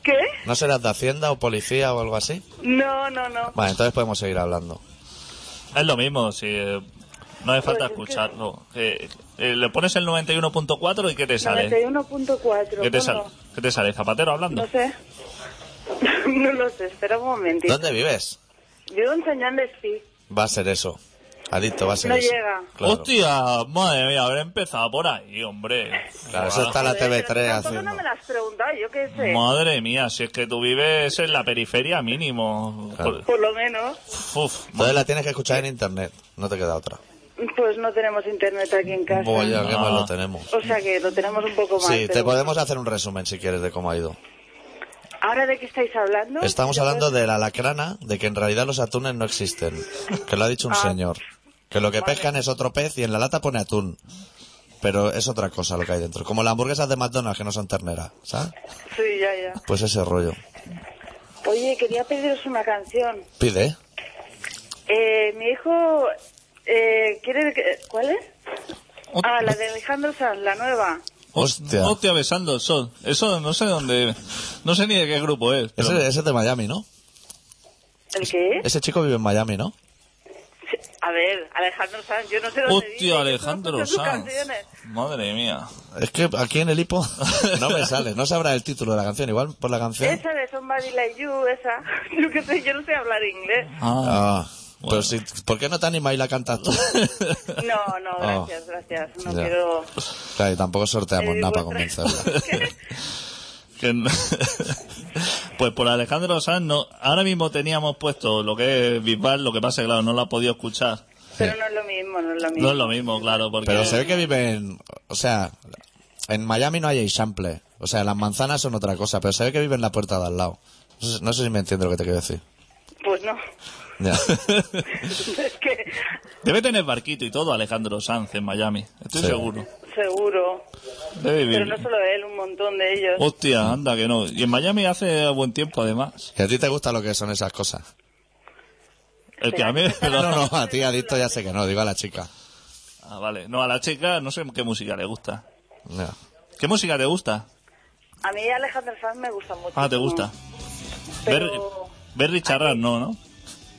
S4: ¿Qué?
S1: ¿No serás de Hacienda o policía o algo así?
S4: No, no, no.
S1: Vale, entonces podemos seguir hablando.
S2: Es lo mismo, si eh, no hace falta
S4: Pues es que-
S2: escucharlo. Eh, eh, le pones el 91.4 y ¿qué te sale?
S4: 91.4.
S2: ¿Qué te, sale?
S4: ponlo.
S2: ¿Qué te sale? ¿Zapatero hablando?
S4: No sé. no lo sé, espera un momentito.
S1: ¿Dónde vives?
S4: Yo en San Juan de Espí.
S1: Va a ser eso. Adicto va a ser
S4: No
S1: eso.
S4: llega.
S1: Claro.
S2: Hostia, madre mía, habré empezado por ahí, hombre.
S1: Claro, eso está la TV3
S4: Joder, pero tampoco
S1: haciendo.
S4: no me las has preguntado, yo qué sé.
S2: Madre mía, si es que tú vives en la periferia mínimo.
S1: Claro.
S4: Por lo menos,
S2: Uf,
S1: Entonces la tienes que escuchar en internet, no te queda otra.
S4: pues no tenemos internet aquí en casa.
S1: Vaya, qué
S2: Ah.
S1: mal lo tenemos.
S4: O sea que lo tenemos un poco más.
S1: Sí, te
S4: pero-
S1: podemos hacer un resumen si quieres de cómo ha ido.
S4: ¿Ahora de qué estáis hablando?
S1: Estamos
S4: Yo-
S1: hablando de la lacrana, de que en realidad los atunes no existen, que lo ha dicho un
S4: Ah.
S1: señor. Que lo que pescan es otro pez y en la lata pone atún. Pero es otra cosa lo que hay dentro. Como las hamburguesas de McDonald's que no son terneras, ¿sabes?
S4: Sí, ya, ya.
S1: Pues ese rollo.
S4: Oye, quería pediros una canción.
S1: Pide.
S4: Eh, mi hijo eh, quiere... que- ¿Cuál es?
S2: Ot-
S4: Ah, la de Alejandro Sanz, la nueva.
S1: Hostia.
S2: Hostia, besando el sol. Eso no sé dónde. No sé ni de qué grupo es. pero-
S1: Ese, ese es de Miami, ¿no?
S4: ¿El qué es?
S1: Ese chico vive en Miami, ¿no?
S4: Sí, A ver, Alejandro Sanz, yo no sé dónde vive, yo
S2: Hostia,
S4: solo
S2: Alejandro
S4: escucho sus
S2: Sanz.
S4: canciones.
S2: Madre mía.
S1: Es que aquí en el hipo no me sale, no sabrá el título de la canción. Igual por la canción.
S4: Esa de Somebody Like You, esa. Yo qué sé, yo no sé hablar inglés.
S2: Ah.
S1: Ah, pero si, ¿por qué no te animas y la cantas tú?
S4: No, no, gracias, gracias. No
S1: Ah. Ya. Pues
S4: quiero...
S1: Claro, y tampoco sorteamos
S4: Eh,
S1: nada para
S2: pues
S4: vuestra-
S1: convencerla.
S2: Que no- pues por Alejandro Sanz, no, ahora mismo teníamos puesto lo que es Bisbal, lo que pasa es que claro, no lo ha podido escuchar.
S4: Pero no es lo mismo, no es lo mismo.
S2: No es lo mismo, claro, porque...
S1: Pero se ve que vive en. O sea, en Miami no hay Eixample. O sea, las manzanas son otra cosa, pero se ve que vive en la puerta de al lado. No sé, no sé si me entiendo lo que te quiero decir.
S4: Pues no.
S1: Ya.
S4: es que
S2: Debe tener barquito y todo Alejandro Sanz en Miami, estoy
S1: Sí.
S2: seguro.
S4: seguro.
S2: Debe
S4: Pero
S2: vivir.
S4: no solo él, un montón de ellos.
S2: Hostia, anda que no. Y en Miami hace buen tiempo además.
S1: ¿Y a ti te gusta lo que son esas cosas?
S2: El que a mí...
S1: No, no, a ti, adicto, ya sé que no, digo a la chica.
S2: Ah, vale. No, a la chica no sé qué música le gusta.
S1: Ya.
S2: ¿Qué música te gusta?
S4: A mí Alejandro Sanz me gusta mucho.
S2: Ah, te gusta. Berry
S4: Pero-
S2: Berry Charrat no, ¿no?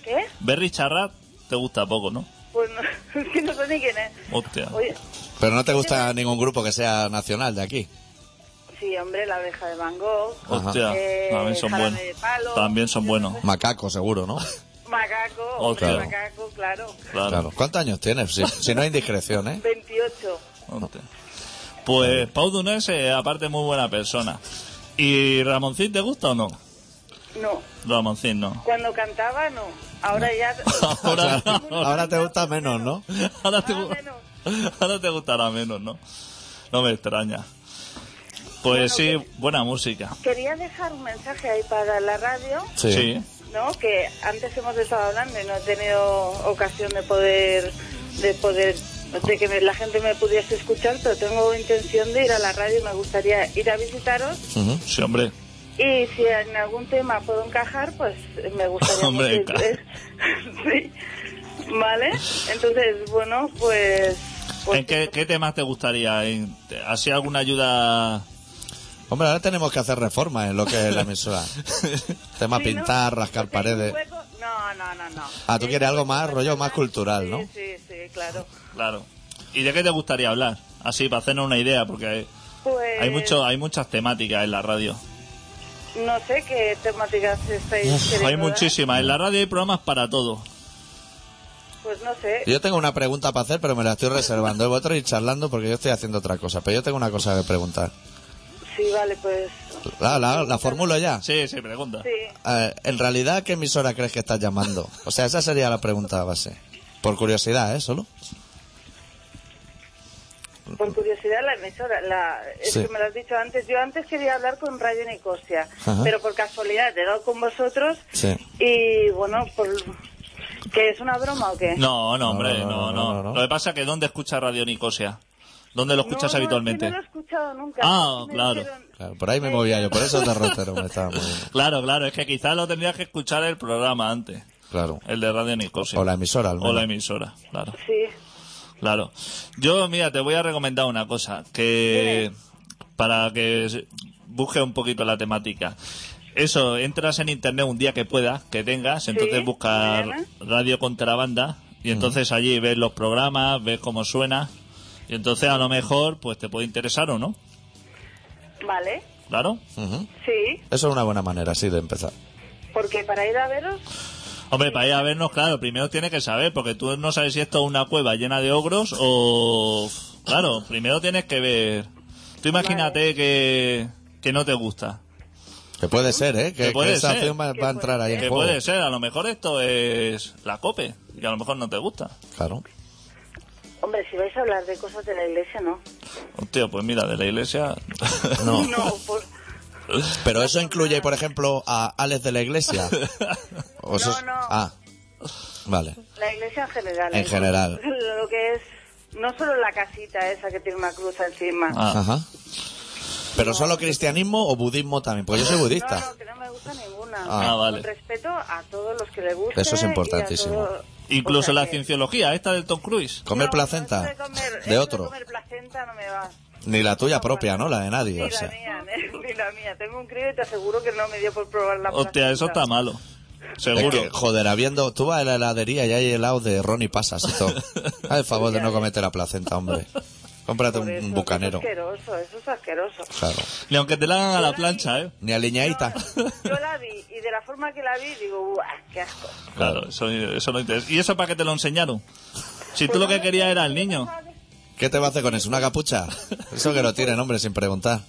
S4: ¿Qué?
S2: Berry Charrat te gusta poco, ¿no?
S4: Pues no, es que no sé ni quién es.
S2: Hostia.
S4: Oye,
S1: Pero no te gusta ningún grupo que sea nacional de aquí.
S4: sí, hombre, la oreja de Van Gogh.
S2: Hostia,
S4: Eh,
S2: también son
S4: jarabe
S2: buenos.
S4: de palo.
S2: También son buenos,
S1: Macaco, seguro, ¿no?
S4: Macaco,
S2: Oh,
S4: hombre,
S2: claro.
S4: macaco, claro.
S2: claro.
S1: Claro. ¿Cuántos años tienes? Si, si no hay indiscreción, ¿eh?
S4: 28.
S2: Hostia. Pues Pau Donés, eh, aparte, muy buena persona. ¿Y Ramoncín te gusta o no?
S4: No,
S2: Ramoncín no.
S4: cuando cantaba no. Ahora ya...
S2: Ahora,
S1: Ahora te gusta menos, ¿no?
S2: ahora te, gu-
S4: Ahora Ah, menos.
S2: ahora te gustará menos, ¿no? No me extraña. Pues sí, buena música.
S4: Quería dejar un mensaje ahí para la radio.
S1: Sí.
S4: ¿no? Que antes hemos estado hablando y no he tenido ocasión de poder, de poder, de que me- la gente me pudiese escuchar, pero tengo intención de ir a la radio y me gustaría ir a visitaros.
S1: Ujú.
S2: sí, hombre.
S4: Y si en algún tema puedo encajar, pues me gustaría.
S2: Hombre,
S4: mucho. sí. Vale. Entonces, bueno, pues. pues
S2: ¿En qué, qué temas te gustaría? ¿En- te- ¿Así alguna ayuda?
S1: Hombre, ahora tenemos que hacer reformas en lo que es la emisora. Tema
S4: sí, ¿no?
S1: pintar, rascar
S4: Porque hay un
S1: paredes.
S4: hueco- No, no, no, no.
S1: Ah, tú quieres algo más, rollo más cultural, ¿no?
S4: Sí, sí, sí, claro.
S2: Claro. ¿Y de qué te gustaría hablar? Así, para hacernos una idea, porque hay,
S4: Pues.
S2: hay mucho, hay muchas temáticas en la radio.
S4: No sé qué temáticas estáis queriendo
S2: Hay
S4: dar.
S2: muchísimas. En la radio hay programas para todo.
S4: Pues no sé.
S1: Yo tengo una pregunta para hacer, pero me la estoy reservando. Voy a ir charlando porque yo estoy haciendo otra cosa. Pero yo tengo una cosa que preguntar.
S4: Sí, vale, pues.
S1: La, la, la formulo ya.
S2: Sí, sí, pregunta.
S4: Sí.
S1: Eh, en realidad, ¿qué emisora crees que estás llamando? O sea, esa sería la pregunta base. Por curiosidad, ¿eh? Solo.
S4: Por curiosidad, la emisora. La... Es
S1: Sí.
S4: que me lo has dicho antes. Yo antes quería hablar con Radio Nicosia,
S1: Ajá.
S4: pero por casualidad he dado con vosotros.
S1: Sí.
S4: Y bueno, por... ¿que es una broma o qué?
S2: No, no, hombre,
S1: No, no,
S2: no, no.
S1: no, no, no.
S2: Lo que pasa es que ¿dónde escucha Radio Nicosia? ¿Dónde lo
S4: No,
S2: escuchas
S4: no, es que
S2: habitualmente?
S4: No, lo he escuchado nunca.
S2: Ah,
S4: Me
S2: claro.
S4: dijeron-
S1: Claro, por ahí me movía yo, por eso derrotero me estaba moviendo.
S2: Claro, claro, es que quizás lo tendrías que escuchar el programa antes,
S1: Claro.
S2: el de Radio Nicosia.
S1: O la emisora, al
S2: O la
S1: menos.
S2: emisora, claro,
S4: Sí.
S2: claro. Yo, mira, te voy a recomendar una cosa, que para que se- busques un poquito la temática. Eso, entras en internet un día que puedas, que tengas, entonces buscas
S4: mañana.
S2: Radio Contrabanda y entonces allí ves los programas, ves cómo suena y entonces a lo mejor pues te puede interesar o no,
S4: Vale.
S2: claro.
S1: Ujú.
S4: Sí.
S1: Eso es una buena manera, sí, de empezar.
S4: Porque para ir a veros.
S2: Hombre, para ir a vernos, claro, primero tienes que saber, porque tú no sabes si esto es una cueva llena de ogros o... Claro, primero tienes que ver. Tú imagínate que, que no te gusta.
S1: Que puede ser, ¿eh? Que,
S2: Que puede
S1: que esa
S2: ser.
S1: acción va,
S4: Que
S1: va a entrar ahí en
S2: Que
S1: juego.
S2: puede ser, a lo mejor esto es la cope, y a lo mejor no te gusta.
S1: Claro.
S4: Hombre, si vais a hablar de cosas de la iglesia, no.
S2: Hostia, pues mira, de la iglesia...
S1: No.
S4: No, por-
S1: Pero eso incluye, por ejemplo, a Alex de la Iglesia. O eso es-
S4: No, no.
S1: Ah, vale.
S4: la iglesia en general.
S1: En
S4: ¿eh?
S1: general.
S4: Lo que es, no solo la casita esa que tiene una cruz encima.
S2: Ah.
S1: Ajá. ¿Pero solo cristianismo o budismo también? Pues yo soy
S4: No,
S1: budista.
S4: no, que no me gusta ninguna.
S1: Ah.
S2: Ah, vale.
S4: Con respeto a todos los que le gusta.
S1: Eso es importantísimo.
S2: Incluso la cienciología, esta del Tom Cruise.
S1: ¿Comer placenta? De otro.
S4: comer placenta no me va.
S1: Ni la tuya propia, ¿no? La de
S4: Ni
S1: nadie, o
S4: la
S1: sea.
S4: mía, ni la mía. Tengo un crío y te aseguro que no me dio por probar la
S2: Hostia,
S4: placenta.
S2: eso está malo.
S1: Es
S2: Seguro.
S1: que, joder, habiendo... Tú vas a la heladería y hay helado de Ronnie Pasas y todo. Haz el favor de no comerte la placenta, hombre. Cómprate
S4: Por
S1: un,
S4: eso,
S1: un bucanero.
S4: Eso es asqueroso, eso es asqueroso.
S1: Claro.
S2: Ni aunque te la hagan a la plancha, ¿eh?
S1: Ni aliñadita.
S4: Yo la vi y de la forma que la vi digo, ¡buah, qué asco!
S2: Claro, eso, eso no interesa. ¿Y eso para qué te lo enseñaron? Si tú lo que querías era el niño.
S1: ¿Qué te va a hacer con eso? ¿Una capucha? Eso que lo tienen, hombre, sin preguntar.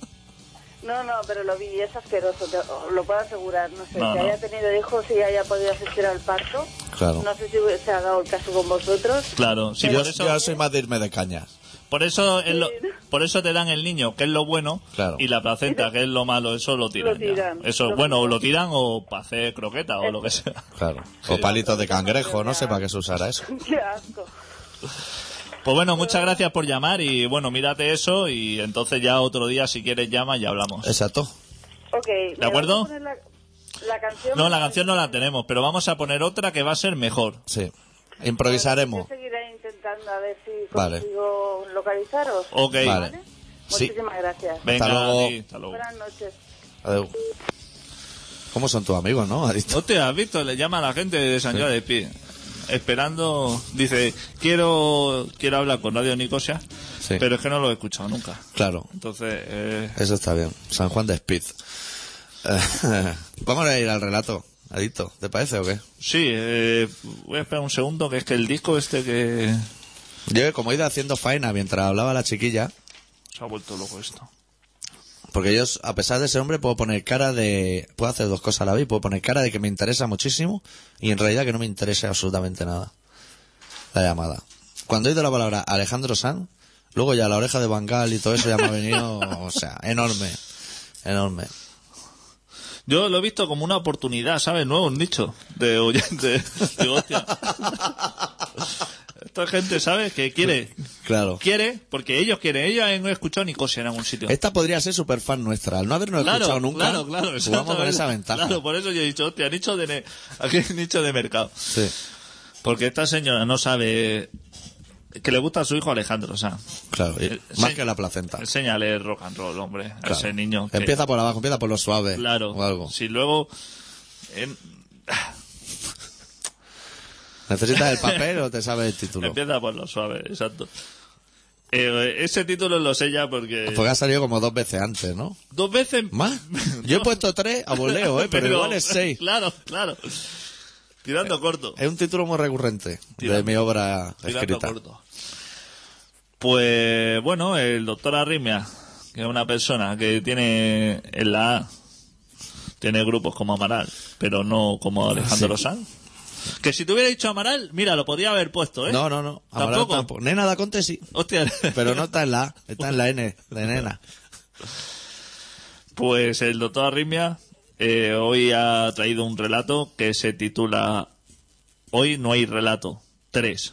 S4: No, no, pero lo vi y es asqueroso, te- os lo puedo asegurar. No sé,
S2: No,
S4: que
S2: no.
S4: haya tenido hijos y haya podido asistir al parto.
S1: Claro.
S4: No sé si se ha dado el caso con vosotros.
S2: Claro, sí,
S1: yo,
S2: por eso,
S1: yo soy más de irme de cañas.
S2: por eso es lo- por eso te dan el niño, que es lo bueno,
S1: Claro.
S2: y la placenta, que es lo malo, eso lo tiran.
S4: Lo
S2: ya.
S4: tiran.
S2: Eso,
S4: Lo
S2: bueno, o
S4: tiran.
S2: lo tiran o para hacer croqueta o lo que sea.
S1: Claro. O palitos de cangrejo, no sé para qué se usará eso.
S4: ¡Qué asco!
S2: Pues bueno, muchas gracias por llamar y bueno, mírate eso y entonces ya otro día si quieres llama y hablamos.
S1: Exacto.
S4: Ok. ¿me vas a
S2: acuerdo?
S4: poner La, la canción.
S2: No, la canción no la tenemos, pero vamos a poner otra que va a ser mejor.
S1: Sí. Improvisaremos.
S4: Yo seguiré intentando a ver si
S1: Vale.
S4: consigo localizaros.
S2: Ok.
S1: Vale. Sí.
S4: Muchísimas gracias.
S2: Oh, Venga,
S1: Hasta luego.
S2: sí, hasta luego.
S4: Buenas noches.
S1: Adeu. ¿Cómo son tus amigos, no? Adicto.
S2: Hostia, ¿has visto? Le llama a la gente de San Joan de Pie. Esperando, dice, quiero quiero hablar con Radio Nicosia,
S1: Sí.
S2: pero es que no lo he escuchado nunca.
S1: Claro.
S2: Entonces, eh,
S1: Eso está bien. San Juan de Speed. Vamos a ir al relato. Adicto, ¿te parece o qué?
S2: sí, eh, voy a esperar un segundo, que es que el disco este que
S1: Yo, como he ido haciendo faena mientras hablaba la chiquilla,
S2: se ha vuelto loco esto.
S1: porque yo, a pesar de ese hombre, puedo poner cara de. Puedo hacer dos cosas a la vez. Puedo poner cara de que me interesa muchísimo y en realidad que no me interesa absolutamente nada. La llamada. Cuando he oído la palabra Alejandro Sanz, luego ya la oreja de Bangal y todo eso ya me ha venido, o sea, enorme. Enorme.
S2: Yo lo he visto como una oportunidad, ¿sabes? Nuevo, un nicho de oyente. Digo, hostia. Esta gente, ¿sabes? Que quiere.
S1: Claro.
S2: Quiere, porque ellos quieren. Ellos han escuchado Nicosia en algún sitio.
S1: Esta podría ser super fan nuestra. Al no habernos escuchado nunca,
S2: Claro, claro,
S1: jugamos con
S2: exactamente.
S1: esa ventaja.
S2: Claro, por eso yo he dicho, hostia, nicho de, ne- aquí hay nicho de mercado.
S1: Sí,
S2: Porque esta señora no sabe que le gusta a su hijo Alejandro, o sea,
S1: claro. y-
S2: Eh,
S1: más
S2: sí.
S1: que la placenta.
S2: enséñale rock and roll, hombre, a
S1: Claro.
S2: ese niño. que-
S1: Empieza por abajo, empieza por lo suave.
S2: claro,
S1: O algo.
S2: Si luego... em,
S1: ¿Necesitas el papel o te sabe el título?
S2: empieza por lo suave, exacto. Eh, ese título lo sé ya porque...
S1: Porque ha salido como dos veces antes, ¿no?
S2: Dos veces...
S1: Ah, pues, ¿Más? Yo he puesto tres a voleo, ¿eh? Pero, igual es seis. Eh,
S2: Claro, claro. Tirando corto.
S1: Es un título muy recurrente de
S2: Tirando-
S1: mi obra
S2: Tirando
S1: escrita.
S2: corto. Pues bueno, el doctor Arrimia, que es una persona que tiene en la A, tiene grupos como Amaral, pero no
S1: Ah,
S2: como Alejandro Sanz. Que si te hubiera dicho Amaral, mira, lo podría haber puesto, ¿eh?
S1: No, no, no. Amaral
S2: ¿Tampoco?
S1: tampoco. Nena da Conte sí.
S2: Hostia.
S1: Pero no está en la A, está en la N de nena.
S2: Pues el doctor Arrimia eh, hoy ha traído un relato que se titula Hoy no hay relato. 3.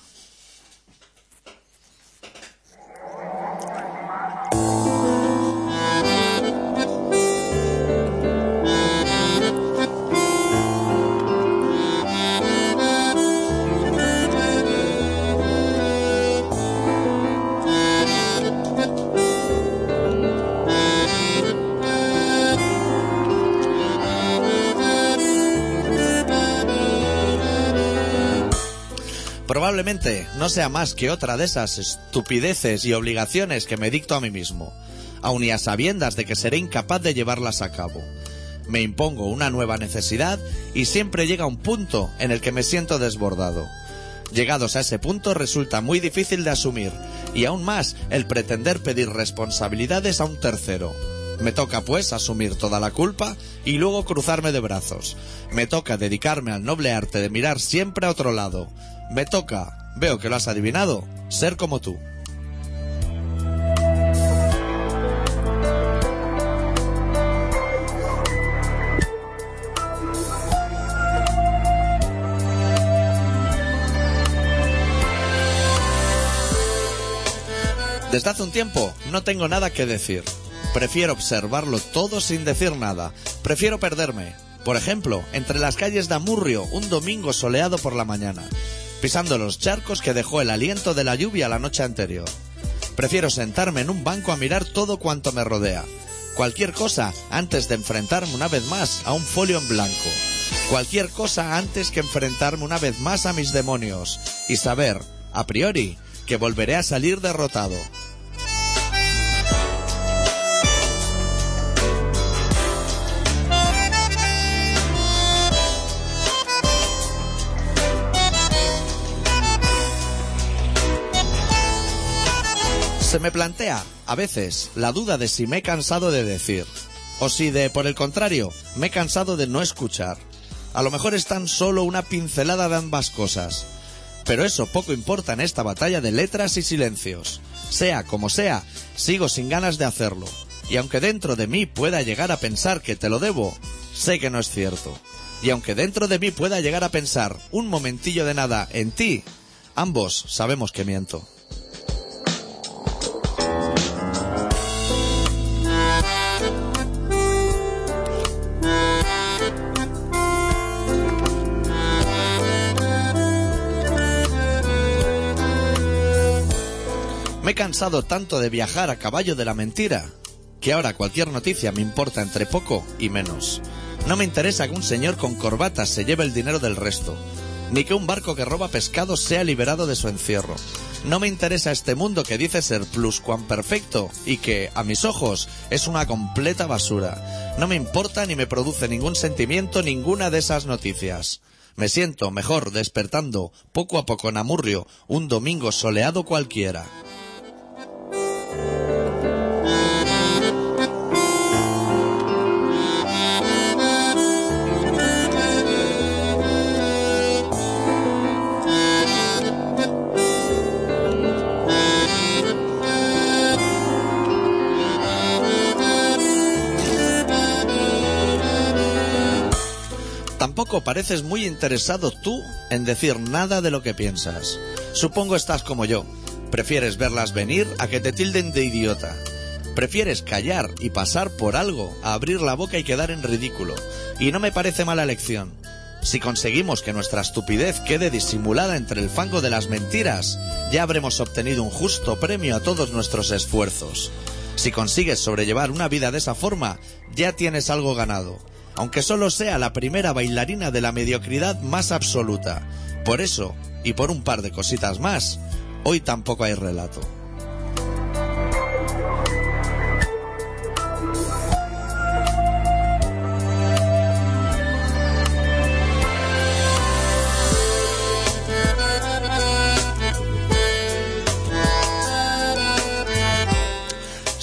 S1: Probablemente no sea más que otra de esas estupideces y obligaciones que me dicto a mí mismo, aun y a sabiendas de que seré incapaz de llevarlas a cabo. me impongo una nueva necesidad y siempre llega un punto en el que me siento desbordado. Llegados a ese punto resulta muy difícil de asumir y aún más el pretender pedir responsabilidades a un tercero. Me toca pues asumir toda la culpa y luego cruzarme de brazos. Me toca dedicarme al noble arte de mirar siempre a otro lado. Me toca, veo que lo has adivinado, ser como tú. Desde hace un tiempo no tengo nada que decir. Prefiero observarlo todo sin decir nada. Prefiero perderme. Por ejemplo, entre las calles de Amurrio un domingo soleado por la mañana, pisando los charcos que dejó el aliento de la lluvia la noche anterior. Prefiero sentarme en un banco a mirar todo cuanto me rodea. Cualquier cosa antes de enfrentarme una vez más a un folio en blanco. Cualquier cosa antes que enfrentarme una vez más a mis demonios. Y saber, a priori, que volveré a salir derrotado. Se me plantea, a veces, la duda de si me he cansado de decir, o si de, por el contrario, me he cansado de no escuchar. A lo mejor es tan solo una pincelada de ambas cosas. Pero eso poco importa en esta batalla de letras y silencios. Sea como sea, sigo sin ganas de hacerlo. Y aunque dentro de mí pueda llegar a pensar que te lo debo, sé que no es cierto. Y aunque dentro de mí pueda llegar a pensar un momentillo de nada en ti, ambos sabemos que miento. Me he cansado tanto de viajar a caballo de la mentira que ahora cualquier noticia me importa entre poco y menos. No me interesa que un señor con corbata se lleve el dinero del resto, ni que un barco que roba pescado sea liberado de su encierro. No me interesa este mundo que dice ser pluscuamperfecto y que, a mis ojos, es una completa basura. No me importa ni me produce ningún sentimiento ninguna de esas noticias. Me siento mejor despertando poco a poco en Amurrio un domingo soleado cualquiera. Tampoco pareces muy interesado tú en decir nada de lo que piensas. Supongo estás como yo. Prefieres verlas venir a que te tilden de idiota. Prefieres callar y pasar por algo a abrir la boca y quedar en ridículo. Y no me parece mala elección. Si conseguimos que nuestra estupidez quede disimulada entre el fango de las mentiras, ya habremos obtenido un justo premio a todos nuestros esfuerzos. Si consigues sobrellevar una vida de esa forma, ya tienes algo ganado, aunque solo sea la primera bailarina de la mediocridad más absoluta. Por eso, y por un par de cositas más, hoy tampoco hay relato.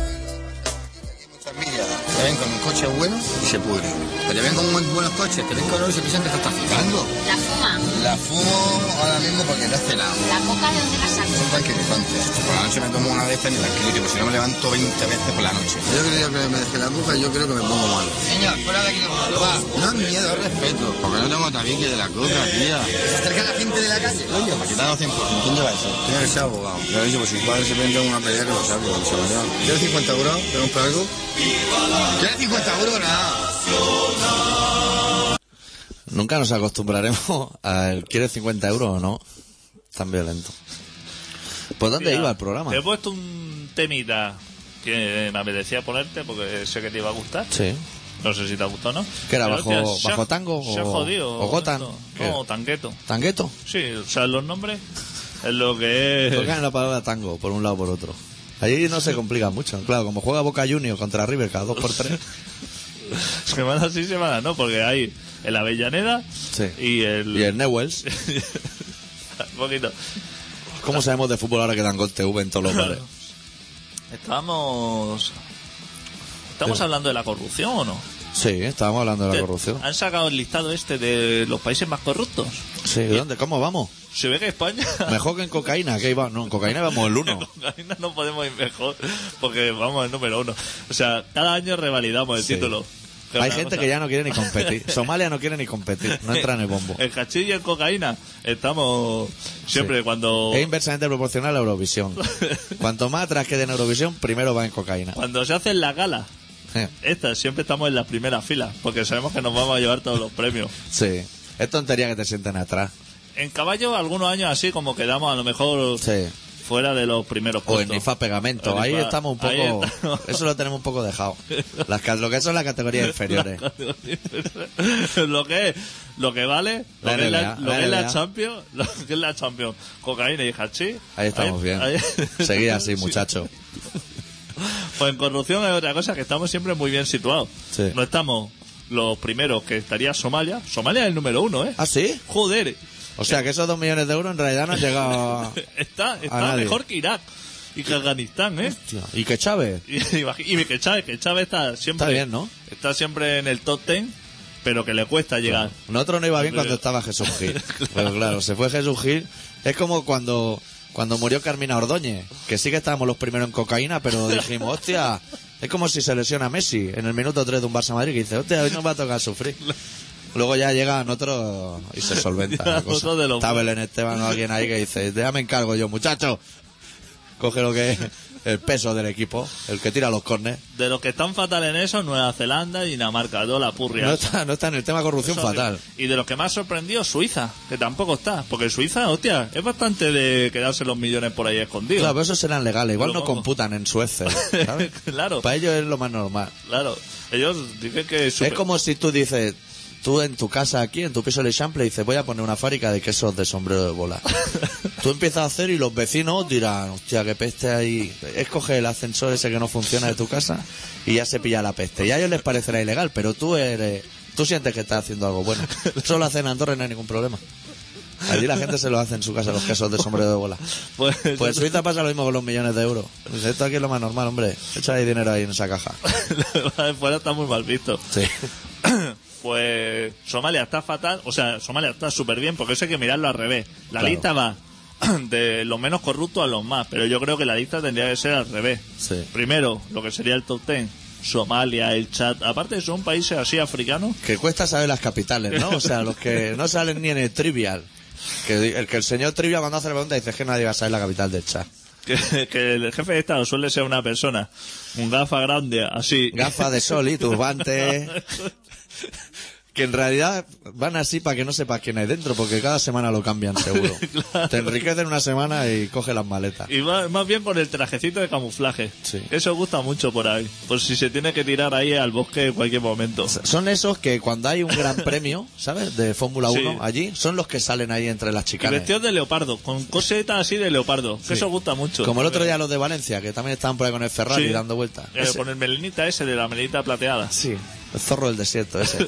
S5: Aquí hay mucha envidia. Te ven con un coche bueno y se pudre. Que te ven con buen- buenos coches, te ven con oro y se piensan que estás traficando.
S3: La fuma,
S5: La fumo ahora mismo porque no hace nada.
S3: la coca de donde la saco.
S5: Un tranquilizante. Por la noche me tomo una de estas y me tranquilizo, porque si no me levanto 20 veces por la noche. Yo creo que me dejé la boca y yo creo que me pongo mal. Señor, fuera de aquí. Va, no es miedo, es respeto. Porque no tengo tabique de la coca, tía. Se acerca la gente de la calle, coño. Para quitar 100 por ¿Quién lleva eso? Tiene que ser abogado. Pero dice, pues si padre se vende una pelea que lo sabe, con se mañana. ¿Quieres 50 euros? ¿Te compro algo? ¿Quieres 50 euros? Nada.
S1: Nunca nos acostumbraremos al ¿quieres 50 euros o no? Tan violento. ¿Por dónde
S2: Mira,
S1: iba el programa?
S2: Te he puesto un temita que me apetecía ponerte porque sé que te iba a gustar.
S1: Sí.
S2: No sé si te ha gustado o no.
S1: ¿Qué era,
S2: Pero,
S1: bajo-
S2: hostia, se ha-
S1: bajo tango
S2: Se ha
S1: o-
S2: jodido.
S1: o Gotan?
S2: esto.
S1: ¿Qué?
S2: No, tangueto.
S1: ¿Tangueto?
S2: Sí, ¿sabes los nombres? Es lo que es.
S1: Tocan la palabra tango, por un lado o por otro. Allí no se complica mucho. Claro, como juega Boca Juniors contra River cada dos por tres.
S2: Semana sí, semana no, porque hay el Avellaneda
S1: Sí.
S2: y el.
S1: Y el Newells.
S2: Un poquito.
S1: ¿Cómo sabemos de fútbol ahora que dan gol TV en todos los bares?
S2: Estábamos. ¿Estamos hablando de la corrupción o no?
S1: Sí, estábamos hablando de la
S2: Te-
S1: corrupción.
S2: Han sacado el listado este de los países más corruptos.
S1: Sí, ¿de dónde? ¿Cómo vamos?
S2: Se ve que España.
S1: Mejor que en cocaína, que iba. No, en cocaína íbamos el uno.
S2: Ahí no- no podemos ir mejor porque vamos al número uno. O sea, cada año revalidamos el
S1: Sí.
S2: título. Que
S1: Hay
S2: una
S1: gente
S2: cosa-
S1: que ya no quiere ni competir. Somalia no quiere ni competir, no entra en el bombo.
S2: El cachillo y en cocaína estamos siempre
S1: Sí.
S2: cuando
S1: Es inversamente proporcional a Eurovisión. Cuanto más atrás quede en Eurovisión, primero va en cocaína.
S2: cuando se hacen las galas.
S1: Eh,
S2: Estas siempre estamos en la primera fila porque sabemos que nos vamos a llevar todos los premios.
S1: Sí. Es tontería que te sienten atrás.
S2: En caballo algunos años así como quedamos a lo mejor
S1: Sí.
S2: fuera de los primeros
S1: O en
S2: puestos.
S1: Nifa Pegamento.
S2: El
S1: Ahí
S2: Nifa-
S1: estamos un
S2: ahí
S1: poco.
S2: estamos.
S1: Eso lo tenemos un poco dejado. Las, ca- lo que son las categorías inferiores.
S2: lo que es, lo que vale, lo
S1: La
S2: que es
S1: NBA,
S2: la, lo
S1: la
S2: que es la
S1: NBA.
S2: Champions, lo que es la Champions, cocaína y hachís.
S1: Ahí estamos bien. Seguid así, muchachos.
S2: Pues en corrupción es otra cosa, que estamos siempre muy bien situados.
S1: Sí.
S2: No estamos los primeros que estaría Somalia. Somalia es el número uno, ¿eh?
S1: ¿Ah, sí?
S2: Joder,
S1: O sea que esos dos millones de euros en realidad no han llegado Ah. a-
S2: está, está
S1: nadie.
S2: mejor que Irak y que Afganistán, ¿eh?
S1: Tío, ¿Y que Chávez?
S2: Y, y- y que Chávez, que Chávez está siempre...
S1: Está bien, ¿no?
S2: Está siempre en el top ten, pero que le cuesta llegar.
S1: Nosotros no iba bien cuando estaba Jesús Gil. Pero claro, se fue Jesús Gil. Es como cuando, cuando murió Carmina Ordóñez, que sí que estábamos los primeros en cocaína, pero dijimos, hostia, es como si se lesiona Messi en el minuto 3 de un Barça Madrid, que dice, hostia, hoy nos va a tocar sufrir. Luego ya llegan otros y se solventa
S2: Ya,
S1: la cosa.
S2: otro de los
S1: Está Belén Esteban o alguien ahí que dice, déjame encargo yo, muchacho. Coge lo que es el peso del equipo, el que tira los cornes.
S2: De los que están fatal en eso, Nueva Zelanda y Dinamarca, toda la purria.
S1: No está, no está en el tema corrupción
S2: Eso,
S1: fatal.
S2: Y de los que más sorprendió, Suiza, que tampoco está. Porque Suiza, hostia, es bastante de quedarse los millones por ahí escondidos.
S1: Claro, pero esos serán legales. Igual
S2: Lo
S1: no
S2: pongo.
S1: computan en su Excel, ¿sabes?
S2: Claro.
S1: Para ellos es lo más normal.
S2: Claro, ellos dicen que... super-
S1: Es como si tú dices, tú en tu casa aquí, en tu piso de Chample, dices, voy a poner una fábrica de quesos de sombrero de bola. tú empiezas a hacer y los vecinos dirán, hostia, qué peste ahí. Escoge el ascensor ese que no funciona de tu casa y ya se pilla la peste. Y a ellos les parecerá ilegal, pero tú eres... Tú sientes que estás haciendo algo bueno. Eso lo hacen en Andorra y no hay ningún problema. Allí la gente se lo hace en su casa, los quesos de sombrero de bola.
S2: Pues,
S1: Pues en Suiza pasa lo mismo con los millones de euros. Dice, Esto aquí es lo más normal, hombre. Echa ahí dinero ahí en esa caja.
S2: fuera está muy mal visto.
S1: Sí.
S2: Pues Somalia está fatal, o sea, Somalia está súper bien, porque eso hay que mirarlo al revés. La
S1: Claro.
S2: lista va de los menos corruptos a los más, pero yo creo que la lista tendría que ser al revés.
S1: Sí.
S2: Primero, lo que sería el top ten, Somalia, el Chad, aparte son países así africanos.
S1: Que cuesta saber las capitales, ¿no? O sea, los que no salen ni en el trivial. Que di- el que el señor trivial cuando hace la pregunta dice "Es que nadie va a saber la capital del Chad.
S2: Que, que el jefe de Estado suele ser una persona, un gafa grande, así.
S1: Gafas de sol y turbante. Que en realidad van así para que no sepas quién hay dentro, porque cada semana lo cambian seguro. Te enriquecen una semana y coge las maletas.
S2: Y va- más bien con el trajecito de camuflaje.
S1: Sí.
S2: Eso gusta mucho por ahí. Por si se tiene que tirar ahí al bosque en cualquier momento.
S1: Son esos que cuando hay un gran premio, ¿sabes? De Fórmula
S2: Sí.
S1: 1 allí, son los que salen ahí entre las
S2: Y
S1: chicanas.
S2: vestidos de leopardo, con cosetas así de leopardo. Que eso gusta mucho.
S1: Como el otro día los de Valencia, que también estaban por ahí con el Ferrari
S2: Sí.
S1: dando vueltas.
S2: Eh,
S1: Ese-
S2: con el melenita ese de la melenita plateada.
S1: Sí, el zorro del desierto ese.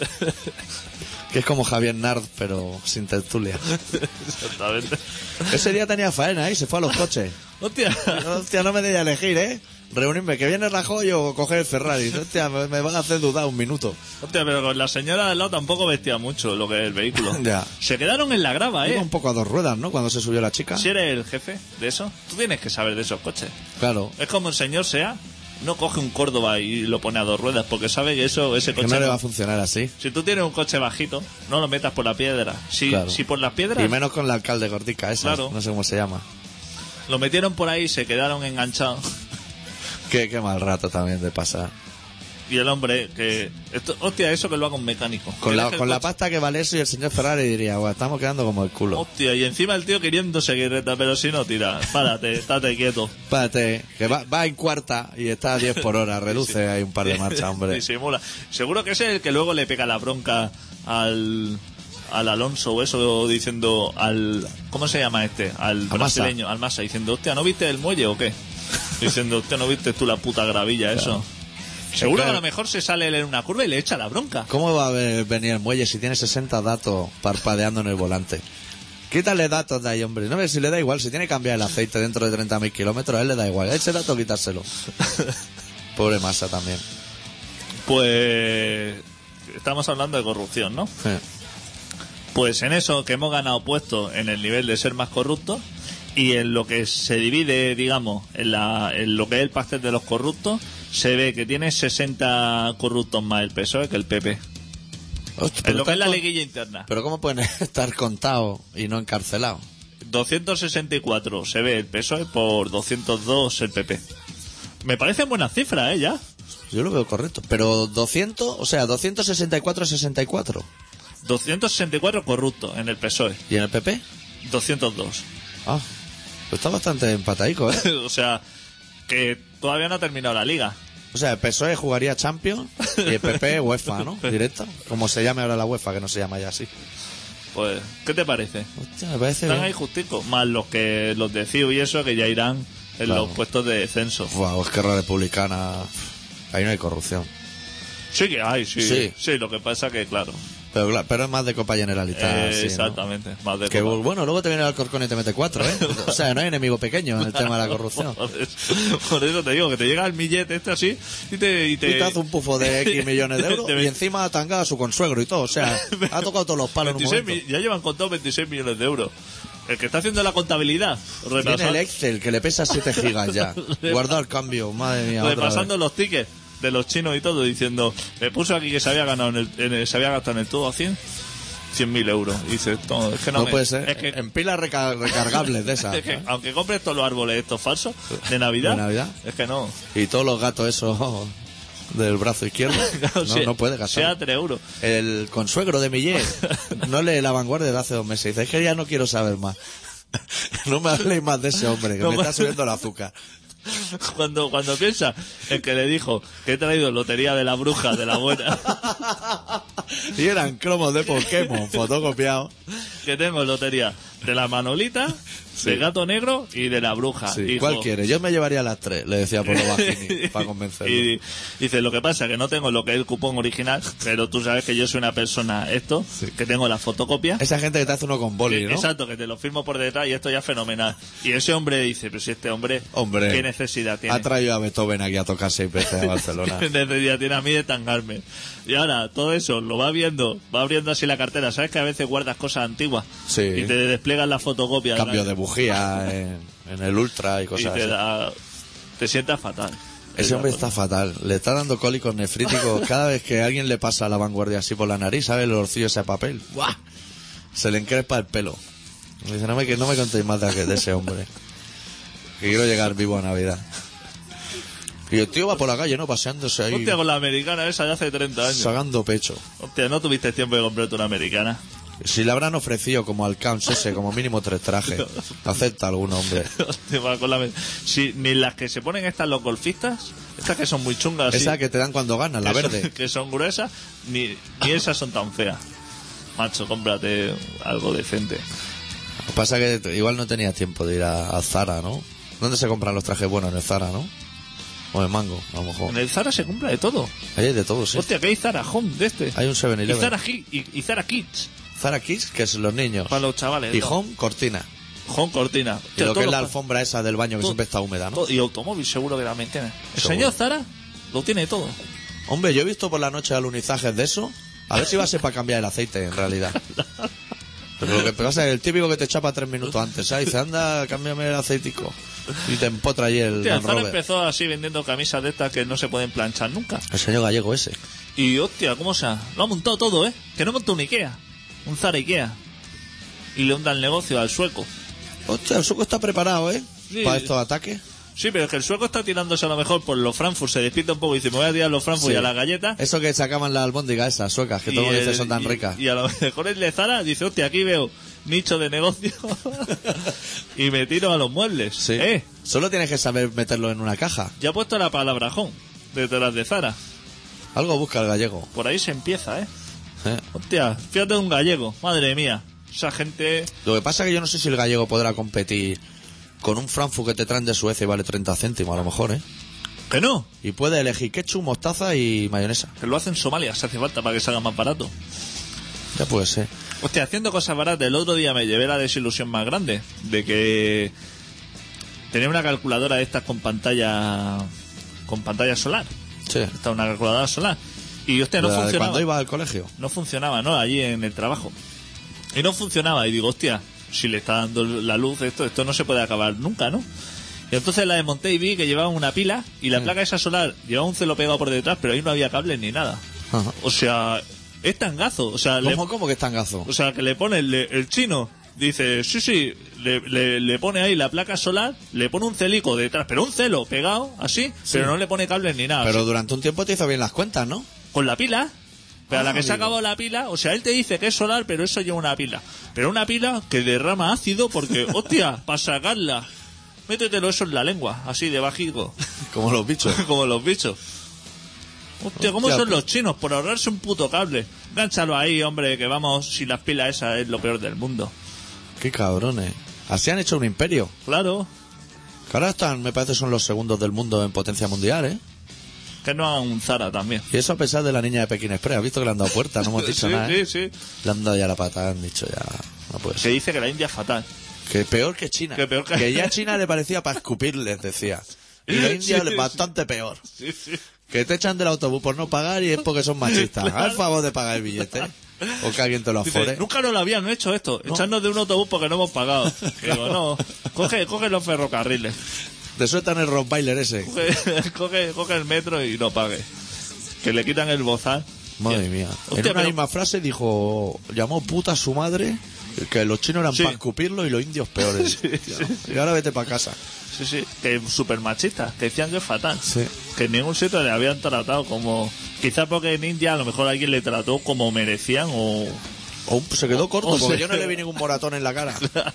S1: que es como Javier Nard, pero sin tertulia.
S2: Exactamente.
S1: Ese día tenía faena ¿eh? y se fue a los coches.
S2: Hostia.
S1: Hostia, no me deis a elegir, ¿eh? Reunirme, que viene Rajoy o coger el Ferrari. Hostia, me, me van a hacer dudar un minuto.
S2: Hostia, pero con la señora al lado tampoco vestía mucho lo que es el vehículo.
S1: Ya.
S2: Se quedaron en la grava,
S1: Iba
S2: ¿eh?
S1: un poco a dos ruedas, ¿no? Cuando se subió la chica.
S2: Si eres el jefe de eso, tú tienes que saber de esos coches.
S1: Claro.
S2: Es como el señor sea, no coge un Córdoba y lo pone a dos ruedas, porque sabe que eso, ese
S1: Que
S2: coche.
S1: no le
S2: no-
S1: va a funcionar así.
S2: Si tú tienes un coche bajito, no lo metas por la piedra. Si,
S1: Claro.
S2: si por las
S1: Y
S2: piedras
S1: menos con la alcalde Gordica esa.
S2: Claro.
S1: No sé cómo se llama.
S2: lo metieron por ahí y se quedaron enganchados.
S1: Qué, qué mal rato también de pasar.
S2: Y el hombre que... esto- hostia, eso que lo haga un mecánico.
S1: Con
S2: Que
S1: la,
S2: deje el
S1: con la
S2: coche-
S1: pasta que vale eso y el señor Ferrari diría, "Buah, estamos quedando como el culo.
S2: Hostia, y encima el tío queriendo seguir recta, pero si no, tira. Párate, estate quieto.
S1: Espérate, que va, va en cuarta y está a 10 por hora, reduce ahí un par de marchas, hombre.
S2: Disimula. Seguro que ese es el que luego le pega la bronca al... al Alonso o eso diciendo al. ¿Cómo se llama este? Al
S1: A Massa.
S2: brasileño, al Massa, diciendo, hostia, ¿no viste el muelle o qué? Diciendo, hostia, ¿no viste tú la puta gravilla eso? Seguro que a
S1: Claro.
S2: lo mejor se sale él en una curva y le echa la bronca.
S1: ¿Cómo va a ve- venir el muelle si tiene 60 datos parpadeando en el volante? Quítale datos de ahí, hombre. No, pero si le da igual, si tiene que cambiar el aceite dentro de 30.000 kilómetros, a él le da igual. Ese dato, quitárselo. Pobre masa también.
S2: Pues. Estamos hablando de corrupción, ¿no?
S1: Eh,
S2: Pues en eso que hemos ganado puestos en el nivel de ser más corruptos y en lo que se divide, digamos, en, la- en lo que es el pastel de los corruptos, se ve que tiene 60 corruptos más el PSOE E que el PP.
S1: hostia,
S2: En lo que es la
S1: tanto-
S2: liguilla interna.
S1: pero ¿cómo pueden estar contados y no encarcelados?
S2: 264 se ve el PSOE E por 202 el PP. Me parecen buenas cifras, ¿eh? Ya.
S1: Pues Yo lo veo correcto. Pero 200, o sea, 264, 64.
S2: 264 corruptos en el PSOE.
S1: ¿Y en el PP?
S2: 202.
S1: Ah, pues está bastante empataico, ¿eh?
S2: o sea, que todavía no ha terminado la liga.
S1: O sea, el PSOE jugaría Champions y el PP UEFA, ¿no? Directa. Como se llame ahora la UEFA, que no se llama ya así.
S2: Pues, ¿qué te parece?
S1: Hostia, me parece
S2: Están
S1: bien.
S2: ahí justicos, más los que los de CIU y eso que ya irán en
S1: Claro.
S2: los puestos de descenso.
S1: Guau, Esquerra Republicana. Ahí no hay corrupción.
S2: Sí que hay, sí.
S1: Sí.
S2: Sí, lo que pasa que, claro.
S1: Pero, cla- pero es más de Copa Generalitat.
S2: eh,
S1: Ah, sí, ¿no?
S2: exactamente. Más de
S1: Que
S2: copa.
S1: bu- bueno, luego te viene el Alcorcón y te mete cuatro, ¿eh? O sea, no hay enemigo pequeño en el tema de la corrupción.
S2: Por eso, por eso te digo, que te llega el billete este así y te... Y
S1: Y
S2: te,
S1: te hace un pufo de X millones de euros
S2: Te-
S1: y encima ha tangado a su consuegro y todo. O sea, ha tocado todos los palos en un
S2: 26
S1: momento.
S2: mi- ya llevan contados 26 millones de euros. El que está haciendo la contabilidad,
S1: Tiene
S2: repasa-
S1: el Excel que le pesa 7 gigas ya. Guardado el cambio, madre mía. otra
S2: repasando los tickets de los chinos y todo, diciendo, me puso aquí que se había ganado en el, en el- se había gastado en el todo a 100, 100.000 euros. Y dice, no, es que no,
S1: No
S2: me-
S1: puede ser.
S2: Es que
S1: En pilas reca- recargables de esas.
S2: Es que, aunque compres todos los árboles estos falsos de Navidad,
S1: De Navidad.
S2: es que no.
S1: Y todos los gatos esos del brazo izquierdo. No,
S2: sea-
S1: no puede
S2: Sea
S1: gastar.
S2: 3 euros.
S1: El consuegro de Millet no lee la vanguardia de hace dos meses. Dice, es que ya no quiero saber más. No me habléis más de ese hombre que
S2: No
S1: me
S2: me-
S1: está subiendo el azúcar.
S2: Cuando, cuando piensa el que le dijo que he traído lotería de la bruja, de la buena,
S1: Y eran cromos de Pokémon, fotocopiados.
S2: que tengo lotería de la manolita, de gato negro y de la bruja.
S1: Sí,
S2: Ah, Hijo,
S1: ¿Cuál quiere? Yo me llevaría las tres, le decía por lo bajini, para convencerlo.
S2: Y dice, lo que pasa es que no tengo lo que es el cupón original, pero tú sabes que yo soy una persona, esto, que tengo la fotocopia.
S1: Esa gente que te hace uno con boli, ¿no?
S2: Exacto, que te lo firmo por detrás y esto ya es fenomenal. Y ese hombre dice, pero si este hombre,
S1: Hombre,
S2: ¿qué necesidad tiene?
S1: Ha traído a Beethoven aquí a tocar seis veces a Barcelona.
S2: ¿Qué necesidad tiene a mí de tangarme? Y ahora, todo eso lo va viendo, va abriendo así la cartera. ¿Sabes que a veces guardas cosas antiguas?
S1: Sí.
S2: Y te despliegan la fotocopia. de la-
S1: Cambio de bujía en, en el Ultra y
S2: Y
S1: cosas
S2: te,
S1: así.
S2: da- te sientas fatal.
S1: Ese
S2: pues.
S1: hombre está fatal. Le está dando cólicos nefríticos cada vez que alguien le pasa la vanguardia así por la nariz, ¿sabe? El orcillo ese papel. ¡Buah! Se le encrespa el pelo. Me dice, no me, que no me contéis más de, aquel- de ese hombre. Que quiero llegar vivo a Navidad. Y el tío va por la calle, ¿no? Paseándose ahí,
S2: Hostia, con la americana esa de hace 30 años.
S1: sagando pecho.
S2: Hostia, no tuviste tiempo de comprarte una americana.
S1: Si le habrán ofrecido como alcance ese, como mínimo tres trajes. Acepta alguno, hombre.
S2: Hostia, va con la amer- Sí, ni las que se ponen estas los golfistas, estas que son muy chungas. sí,
S1: Esa que te dan cuando ganas, la
S2: que son-
S1: verde.
S2: que son gruesas, ni, ni esas son tan feas. Macho, cómprate algo decente.
S1: Lo que pasa es que igual no tenías tiempo de ir a, a Zara, ¿no? ¿Dónde se compran los trajes buenos? En el Zara, ¿no? O en Mango, a lo mejor.
S2: En el Zara se compra de todo.
S1: Ahí hay de todo, Oh. sí.
S2: Hostia, que hay Zara Home de este.
S1: Hay un
S2: y
S1: 7-Eleven. Zara...
S2: Zara, Hi- y, y Zara Kids
S1: Kids, que es los niños.
S2: para los chavales.
S1: Y
S2: ¿no?
S1: Home, cortina.
S2: Home Cortina.
S1: Y
S2: Hostia,
S1: lo que es
S2: todos
S1: la
S2: los-
S1: alfombra esa del baño que
S2: todo-
S1: siempre está húmeda, ¿no?
S2: todo- Y automóvil seguro que también tiene. El
S1: Seguro.
S2: señor Zara lo tiene todo.
S1: Hombre, yo he visto por la noche alunizajes de eso. A ver si va a ser para cambiar el aceite, en realidad. Pero lo que pasa es el típico que te chapa tres minutos antes, ¿sabes? Dice, anda, cámbiame el aceitico. Y te empotra ahí el
S2: Hostia,
S1: Land
S2: Zara
S1: Rover.
S2: empezó así vendiendo camisas de estas que no se pueden planchar nunca.
S1: El señor gallego ese.
S2: Y hostia, ¿cómo se ha? Lo ha montado todo, ¿eh? Que no montó un Ikea. Un Zara Ikea. Y le onda el negocio al sueco.
S1: Hostia, el suco está preparado, ¿eh?
S2: Sí.
S1: Para estos ataques.
S2: Sí, pero es que el sueco está tirándose a lo mejor por los Frankfurt. Se despierta un poco y dice, me voy a tirar los Frankfurt
S1: Sí.
S2: y a las galletas.
S1: Eso que sacaban las albóndigas esas suecas, que todo el mundo
S2: el-
S1: dice son tan
S2: y-
S1: ricas.
S2: Y a lo mejor el de Zara dice, hostia, aquí veo nicho de negocio y me tiro a los muebles.
S1: Sí.
S2: Eh,
S1: Solo tienes que saber meterlo en una caja.
S2: ya he puesto la palabra home detrás de Zara.
S1: Algo busca el gallego.
S2: Por ahí se empieza, ¿eh?
S1: Eh.
S2: Hostia, fíjate de un gallego, madre mía. Esa gente.
S1: Lo que pasa es que yo no sé si el gallego podrá competir con un Frankfurt que te traen de Suecia y vale 30 céntimos a lo mejor, ¿eh?
S2: Que no,
S1: Y puedes elegir ketchup, mostaza y mayonesa.
S2: que lo hacen en Somalia, se hace falta para que salga más barato.
S1: Ya puede ser.
S2: Hostia, haciendo cosas baratas, el otro día me llevé la desilusión más grande de que tenía una calculadora de estas con pantalla con pantalla solar.
S1: Sí.
S2: Esta una calculadora solar. Y hostia, no
S1: La de
S2: funcionaba.
S1: Cuando ibas al colegio.
S2: No funcionaba, ¿no? Allí en el trabajo. Y no funcionaba. Y digo, hostia, si le está dando la luz esto, esto no se puede acabar nunca, ¿no? Y entonces la desmonté y vi que llevaba una pila y
S1: Mm.
S2: la placa esa solar llevaba un celo pegado por detrás, pero ahí no había cables ni nada.
S1: Ajá.
S2: O sea, es tangazo. O sea, le-
S1: ¿Cómo, cómo que están gazo?
S2: o sea, que le pone el, el chino, dice, sí, sí, le, le- le pone ahí la placa solar, le pone un celico detrás, pero un celo pegado, así, pero no le pone cables ni nada.
S1: Pero durante un tiempo te hizo bien las cuentas, ¿no?
S2: con la pila. Pero a la que se ha acabado la pila, o sea, él te dice que es solar, pero eso lleva una pila. Pero una pila que derrama ácido porque, hostia, para sacarla, métetelo eso en la lengua, así de bajico,
S1: Como los bichos.
S2: como los bichos. Hostia, ¿cómo
S1: Hostia, pues
S2: son
S1: pi-
S2: los chinos por ahorrarse un puto cable? Gánchalo ahí, hombre, que vamos, si las pilas esas es lo peor del mundo.
S1: Qué cabrones. Así han hecho un imperio.
S2: Claro,
S1: Que ahora están, me parece, son los segundos del mundo en potencia mundial, ¿eh?
S2: que no hagan un Zara también.
S1: Y eso a pesar de la niña de Pekín Express. ¿Has visto que le han dado puerta? No hemos dicho
S2: sí,
S1: nada. ¿eh?
S2: sí, sí.
S1: Le han dado ya la pata, han dicho ya. No puede
S2: Se
S1: ser.
S2: dice que la India es fatal.
S1: Que peor que China.
S2: Que peor que-
S1: ya a China le parecía para escupirles, decía. Y la India
S2: Sí,
S1: es bastante peor.
S2: Sí, sí.
S1: Que te echan del autobús por no pagar y es porque son machistas. Haz el favor de pagar el billete. O que alguien te lo
S2: Dice,
S1: afore.
S2: nunca nos lo habían hecho esto, echarnos de un autobús porque no hemos pagado. Digo, no, coge, coge los ferrocarriles,
S1: Te sueltan el rock bailer ese.
S2: coge, coge, coge el metro y no pague. Que le quitan el bozal.
S1: Madre
S2: Bien.
S1: mía.
S2: Hostia,
S1: en una
S2: pero-
S1: misma frase dijo, llamó puta a su madre, que los chinos eran
S2: Sí.
S1: para escupirlo y los indios peores. Hostia. Y ahora vete para casa.
S2: Sí, sí, que súper machistas, que decían que es fatal.
S1: Sí.
S2: Que en ningún sitio le habían tratado como. Quizás porque en India a lo mejor alguien le trató como merecían o.
S1: O un- se quedó corto
S2: o
S1: porque
S2: se-
S1: yo no le vi ningún moratón en la cara.
S2: Claro.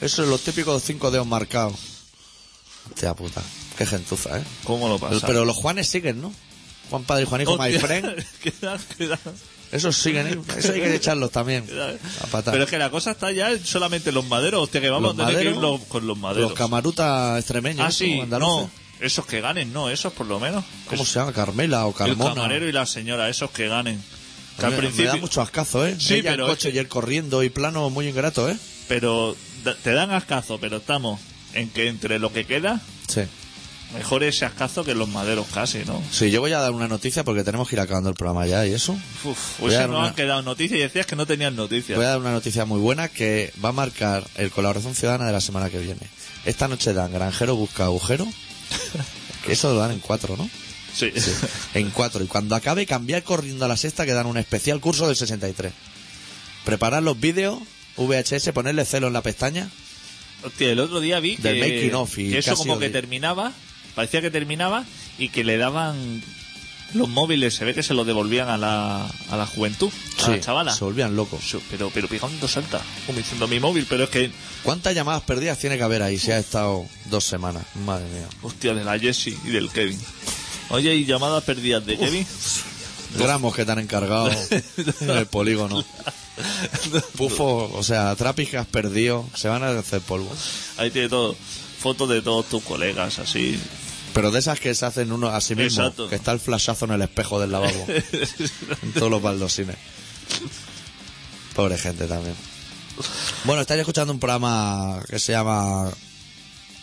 S1: Eso es los típicos cinco dedos marcados. Hostia puta. Qué gentuza, ¿eh?
S2: ¿Cómo lo pasa?
S1: Pero los Juanes siguen, ¿no? Juan Padre y Juan Hijo, my
S2: Hostia,
S1: friend.
S2: queda- queda-
S1: Esos siguen, ¿eh? Eso hay que echarlos también.
S2: queda-
S1: A patar.
S2: Pero es que la cosa está ya en solamente los maderos, hostia, que vamos
S1: Los
S2: a tener que
S1: maderos,
S2: irnos con los maderos.
S1: Los camarutas extremeños.
S2: Ah,
S1: esos,
S2: sí,
S1: andaluces.
S2: no. Esos que ganen, no, esos por lo menos.
S1: ¿Cómo
S2: Es-
S1: se llama? Carmela o
S2: El
S1: Carmona.
S2: camarero y la señora, esos que ganen. Que al
S1: Me-
S2: principio,
S1: Me da mucho ascazo, ¿eh?
S2: Sí,
S1: Ella en
S2: pero
S1: coche
S2: es que-
S1: y él corriendo y plano muy ingrato, ¿eh?
S2: Pero da- te dan ascazo, pero estamos en que entre lo que queda,
S1: Sí.
S2: mejor ese ascazo que los maderos casi, ¿no?
S1: Sí, yo voy a dar una noticia porque tenemos que ir acabando el programa ya y eso.
S2: Uf, pues
S1: Voy
S2: hoy
S1: a
S2: se
S1: dar
S2: nos
S1: una-
S2: han quedado noticias y decías que no tenías noticias.
S1: Voy a dar una noticia muy buena que va a marcar el colaboración ciudadana de la semana que viene. Esta noche dan Granjero busca agujero. Que eso lo dan en cuatro, ¿no?
S2: Sí.
S1: En cuatro. Y cuando acabe, cambiar corriendo a la sexta que dan un especial curso del 63. Preparar los vídeos, VHS, ponerle celo en la pestaña.
S2: Hostia, el otro día vi que,
S1: Del making of y
S2: que eso
S1: casi
S2: como
S1: lo
S2: que
S1: vi.
S2: terminaba, parecía que terminaba y que le daban los móviles, se ve que se los devolvían a la, a la juventud, a la chavala.
S1: se volvían locos.
S2: Sí, Pero, pero pegando salta, como diciendo mi móvil, pero es que,
S1: ¿Cuántas llamadas perdidas tiene que haber ahí si ha estado dos semanas? Madre mía.
S2: hostia, de la Jessie y del Kevin. Oye, ¿y llamadas perdidas de Kevin?
S1: Gramos que te han encargado en el polígono. Pufo, o sea, trapis que has perdido, se van a hacer polvo.
S2: Ahí tiene todo, fotos de todos tus colegas, así.
S1: Pero de esas que se hacen uno a sí mismo,
S2: Exacto.
S1: que está el flashazo en el espejo del lavabo, en todos los baldosines. Pobre gente también. Bueno, estáis escuchando un programa que se llama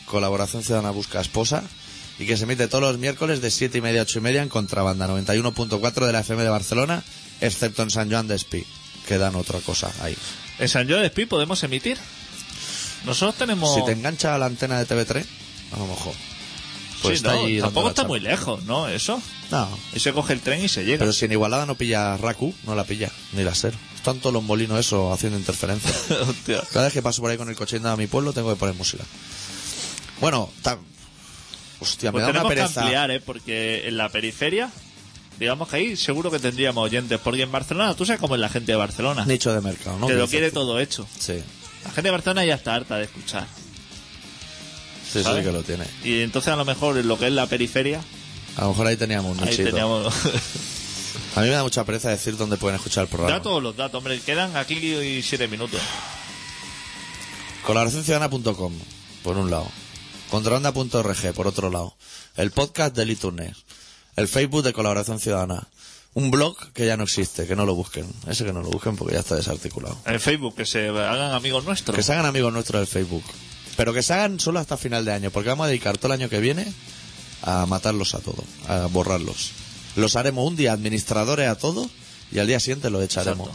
S1: Colaboración Ciudadana Busca Esposa y que se emite todos los miércoles de 7 y media a 8 y media en contrabanda 91.4 de la FM de Barcelona, excepto en San Joan de Espí, que dan otra cosa ahí.
S2: ¿En San Joan de Espí podemos emitir? Nosotros tenemos...
S1: Si te engancha a la antena de TV3, a lo mejor. Pues
S2: Sí,
S1: está
S2: no,
S1: allí dando
S2: tampoco
S1: la
S2: está
S1: chapa.
S2: muy lejos, ¿no? Eso.
S1: No,
S2: Y se coge el tren y se llega.
S1: pero si en Igualada no pilla Raku, no la pilla, ni la SER. Están todos los molinos eso haciendo interferencia.
S2: Hostia.
S1: Cada vez que paso por ahí con el coche yendo a mi pueblo tengo que poner música. Bueno, ta- Hostia,
S2: Pues
S1: me da una
S2: tenemos que
S1: pereza.
S2: ampliar, ¿eh? Porque en la periferia, digamos que ahí seguro que tendríamos oyentes. Porque en Barcelona, tú sabes cómo es la gente de Barcelona.
S1: Nicho de mercado, ¿no?
S2: Te lo
S1: Dices
S2: quiere
S1: tú.
S2: todo hecho.
S1: Sí,
S2: La gente de Barcelona ya está harta de escuchar.
S1: sí, sí
S2: ¿sabes?
S1: que lo tiene.
S2: Y entonces a lo mejor en lo que es la periferia,
S1: A lo mejor ahí teníamos un
S2: ahí
S1: nichito.
S2: teníamos...
S1: A mí me da mucha pereza decir dónde pueden escuchar el programa.
S2: Datos, los datos, hombre, quedan aquí y siete minutos.
S1: Colaboraciónciudadana.com, por un lado. Contrabanda.org, por otro lado. El podcast de iTunes. El Facebook de Colaboración Ciudadana. Un blog que ya no existe, que no lo busquen. Ese que no lo busquen porque ya está desarticulado.
S2: En Facebook, que se hagan amigos nuestros.
S1: Que se hagan amigos nuestros del Facebook. Pero que se hagan solo hasta final de año, porque vamos a dedicar todo el año que viene a matarlos a todos, a borrarlos. Los haremos un día administradores a todos y al día siguiente los
S2: Exacto.
S1: echaremos.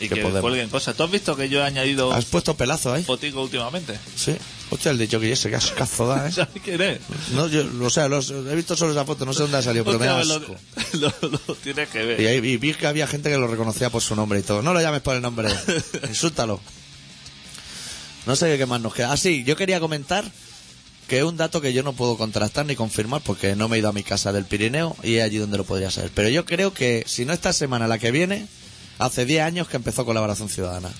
S2: Y
S1: Que
S2: que,
S1: podemos. ¿Ah,
S2: cuelguen Pues- cosas. ¿Tú has visto que yo he añadido
S1: ¿Has puesto pelazo ahí?
S2: fotico últimamente?
S1: Sí. Hostia, el de Jockey ese, que ascazo da, ¿eh?
S2: ¿Sabes quién es?
S1: No, yo, o sea, los, he visto solo esa foto, no sé dónde ha salido, pero me da
S2: Hostia, lo,
S1: asco.
S2: lo- lo tienes que ver.
S1: Y, ahí, y vi que había gente que lo reconocía por su nombre y todo. No lo llames por el nombre, insúltalo. No sé qué más nos queda. Ah, sí, yo quería comentar que es un dato que yo no puedo contrastar ni confirmar porque no me he ido a mi casa del Pirineo y es allí donde lo podría saber. Pero yo creo que, si no esta semana, la que viene, hace 10 años que empezó Colaboración Ciudadana.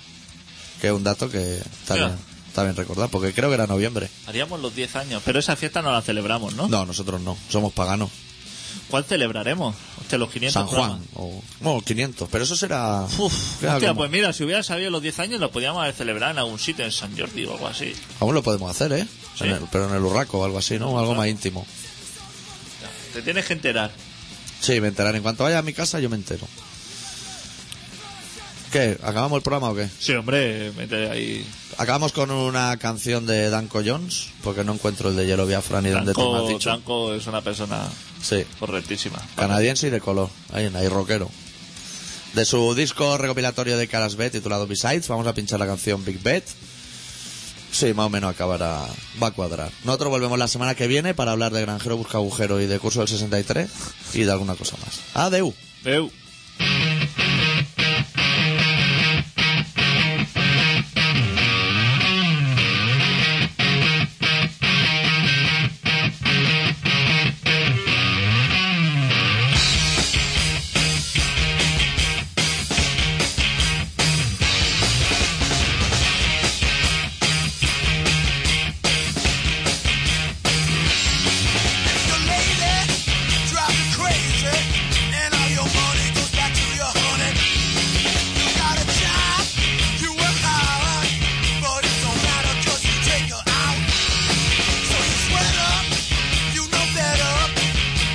S1: Que es un dato que está
S2: Mira.
S1: bien, está bien recordar, porque creo que era noviembre.
S2: Haríamos los 10 años, pero esa fiesta no la celebramos, ¿no?
S1: No, nosotros no, somos paganos.
S2: ¿Cuál celebraremos? Hostia, los 500
S1: San Juan,
S2: programas.
S1: o no, 500, pero eso será...
S2: Uf,
S1: Claro,
S2: hostia,
S1: como-
S2: pues mira, si hubiera sabido los 10 años, los podíamos haber celebrado en algún sitio, en San Jordi o algo así.
S1: Aún lo podemos hacer, ¿eh?
S2: Sí.
S1: En el- pero en el urraco o algo así, ¿no? Algo
S2: Claro.
S1: más íntimo.
S2: Te tienes que enterar.
S1: Sí, me enteraré. En cuanto vaya a mi casa, yo me entero. ¿Qué? ¿Acabamos el programa o qué?
S2: Sí, hombre, mete ahí.
S1: Acabamos con una canción de Danco Jones, porque no encuentro el de Yellow Biafra ni donde tú me has
S2: Blanco,
S1: dicho.
S2: Blanco es una persona
S1: Sí,
S2: correctísima.
S1: canadiense y de color. Ahí, ahí rockero. De su disco recopilatorio de Caras B titulado Besides, vamos a pinchar la canción Big Bet. Sí, más o menos acabará, va a cuadrar. Nosotros volvemos la semana que viene para hablar de Granjero Busca Agujero y de Curso del 63 y de alguna cosa más. Adeu.
S2: Deu.
S3: Your lady drives you crazy, and all your money goes back to your honey. You got a job, you work hard, but it don't matter 'cause you take her out. So you sweat up, you know better,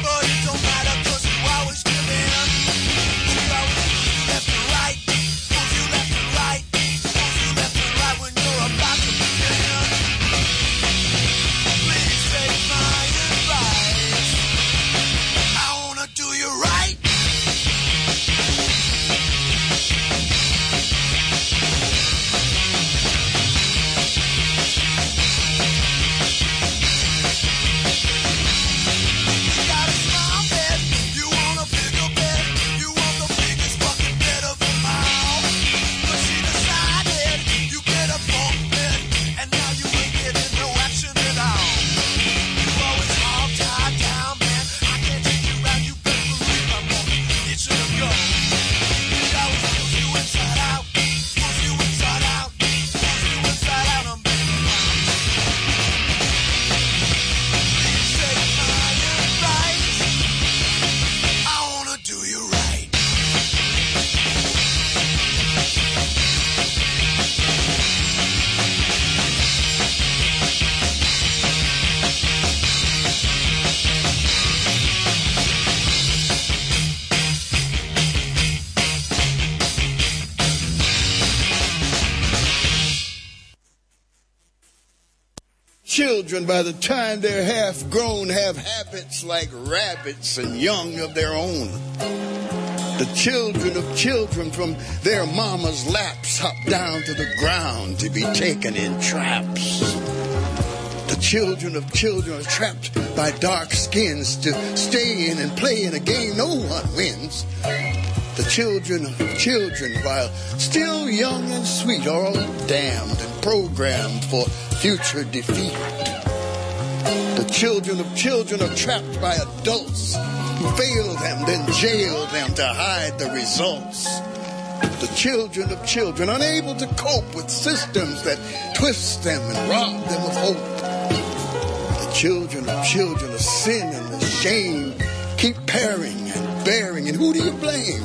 S3: but it don't matter 'cause you always give in. You always move you left and right, move you left and right, move you left and right when you're about to begin. Please take my advice. I wanna do you right. You got a small bed, you want a bigger bed, you want the biggest fucking bed of them all. But she decided you get a bunk bed, and now you ain't getting no action at all. You always all tied down, man. I can't take you out, you better believe I'm gonna get you to go. It always pulls you inside out, pulls you inside out, pulls you inside out. I'm please take my advice. I wanna do you right.
S6: Children, by the time they're half grown, have habits like rabbits and young of their own. The children of children from their mama's laps hop down to the ground to be taken in traps. The children of children are trapped by dark skins to stay in and play in a game no one wins. The children of children, while still young and sweet, are all damned and programmed for future defeat. The children of children are trapped by adults who fail them, then jail them to hide the results. The children of children, unable to cope with systems that twist them and rob them of hope. The children of children of sin and the shame keep pairing and bearing, and who do you blame?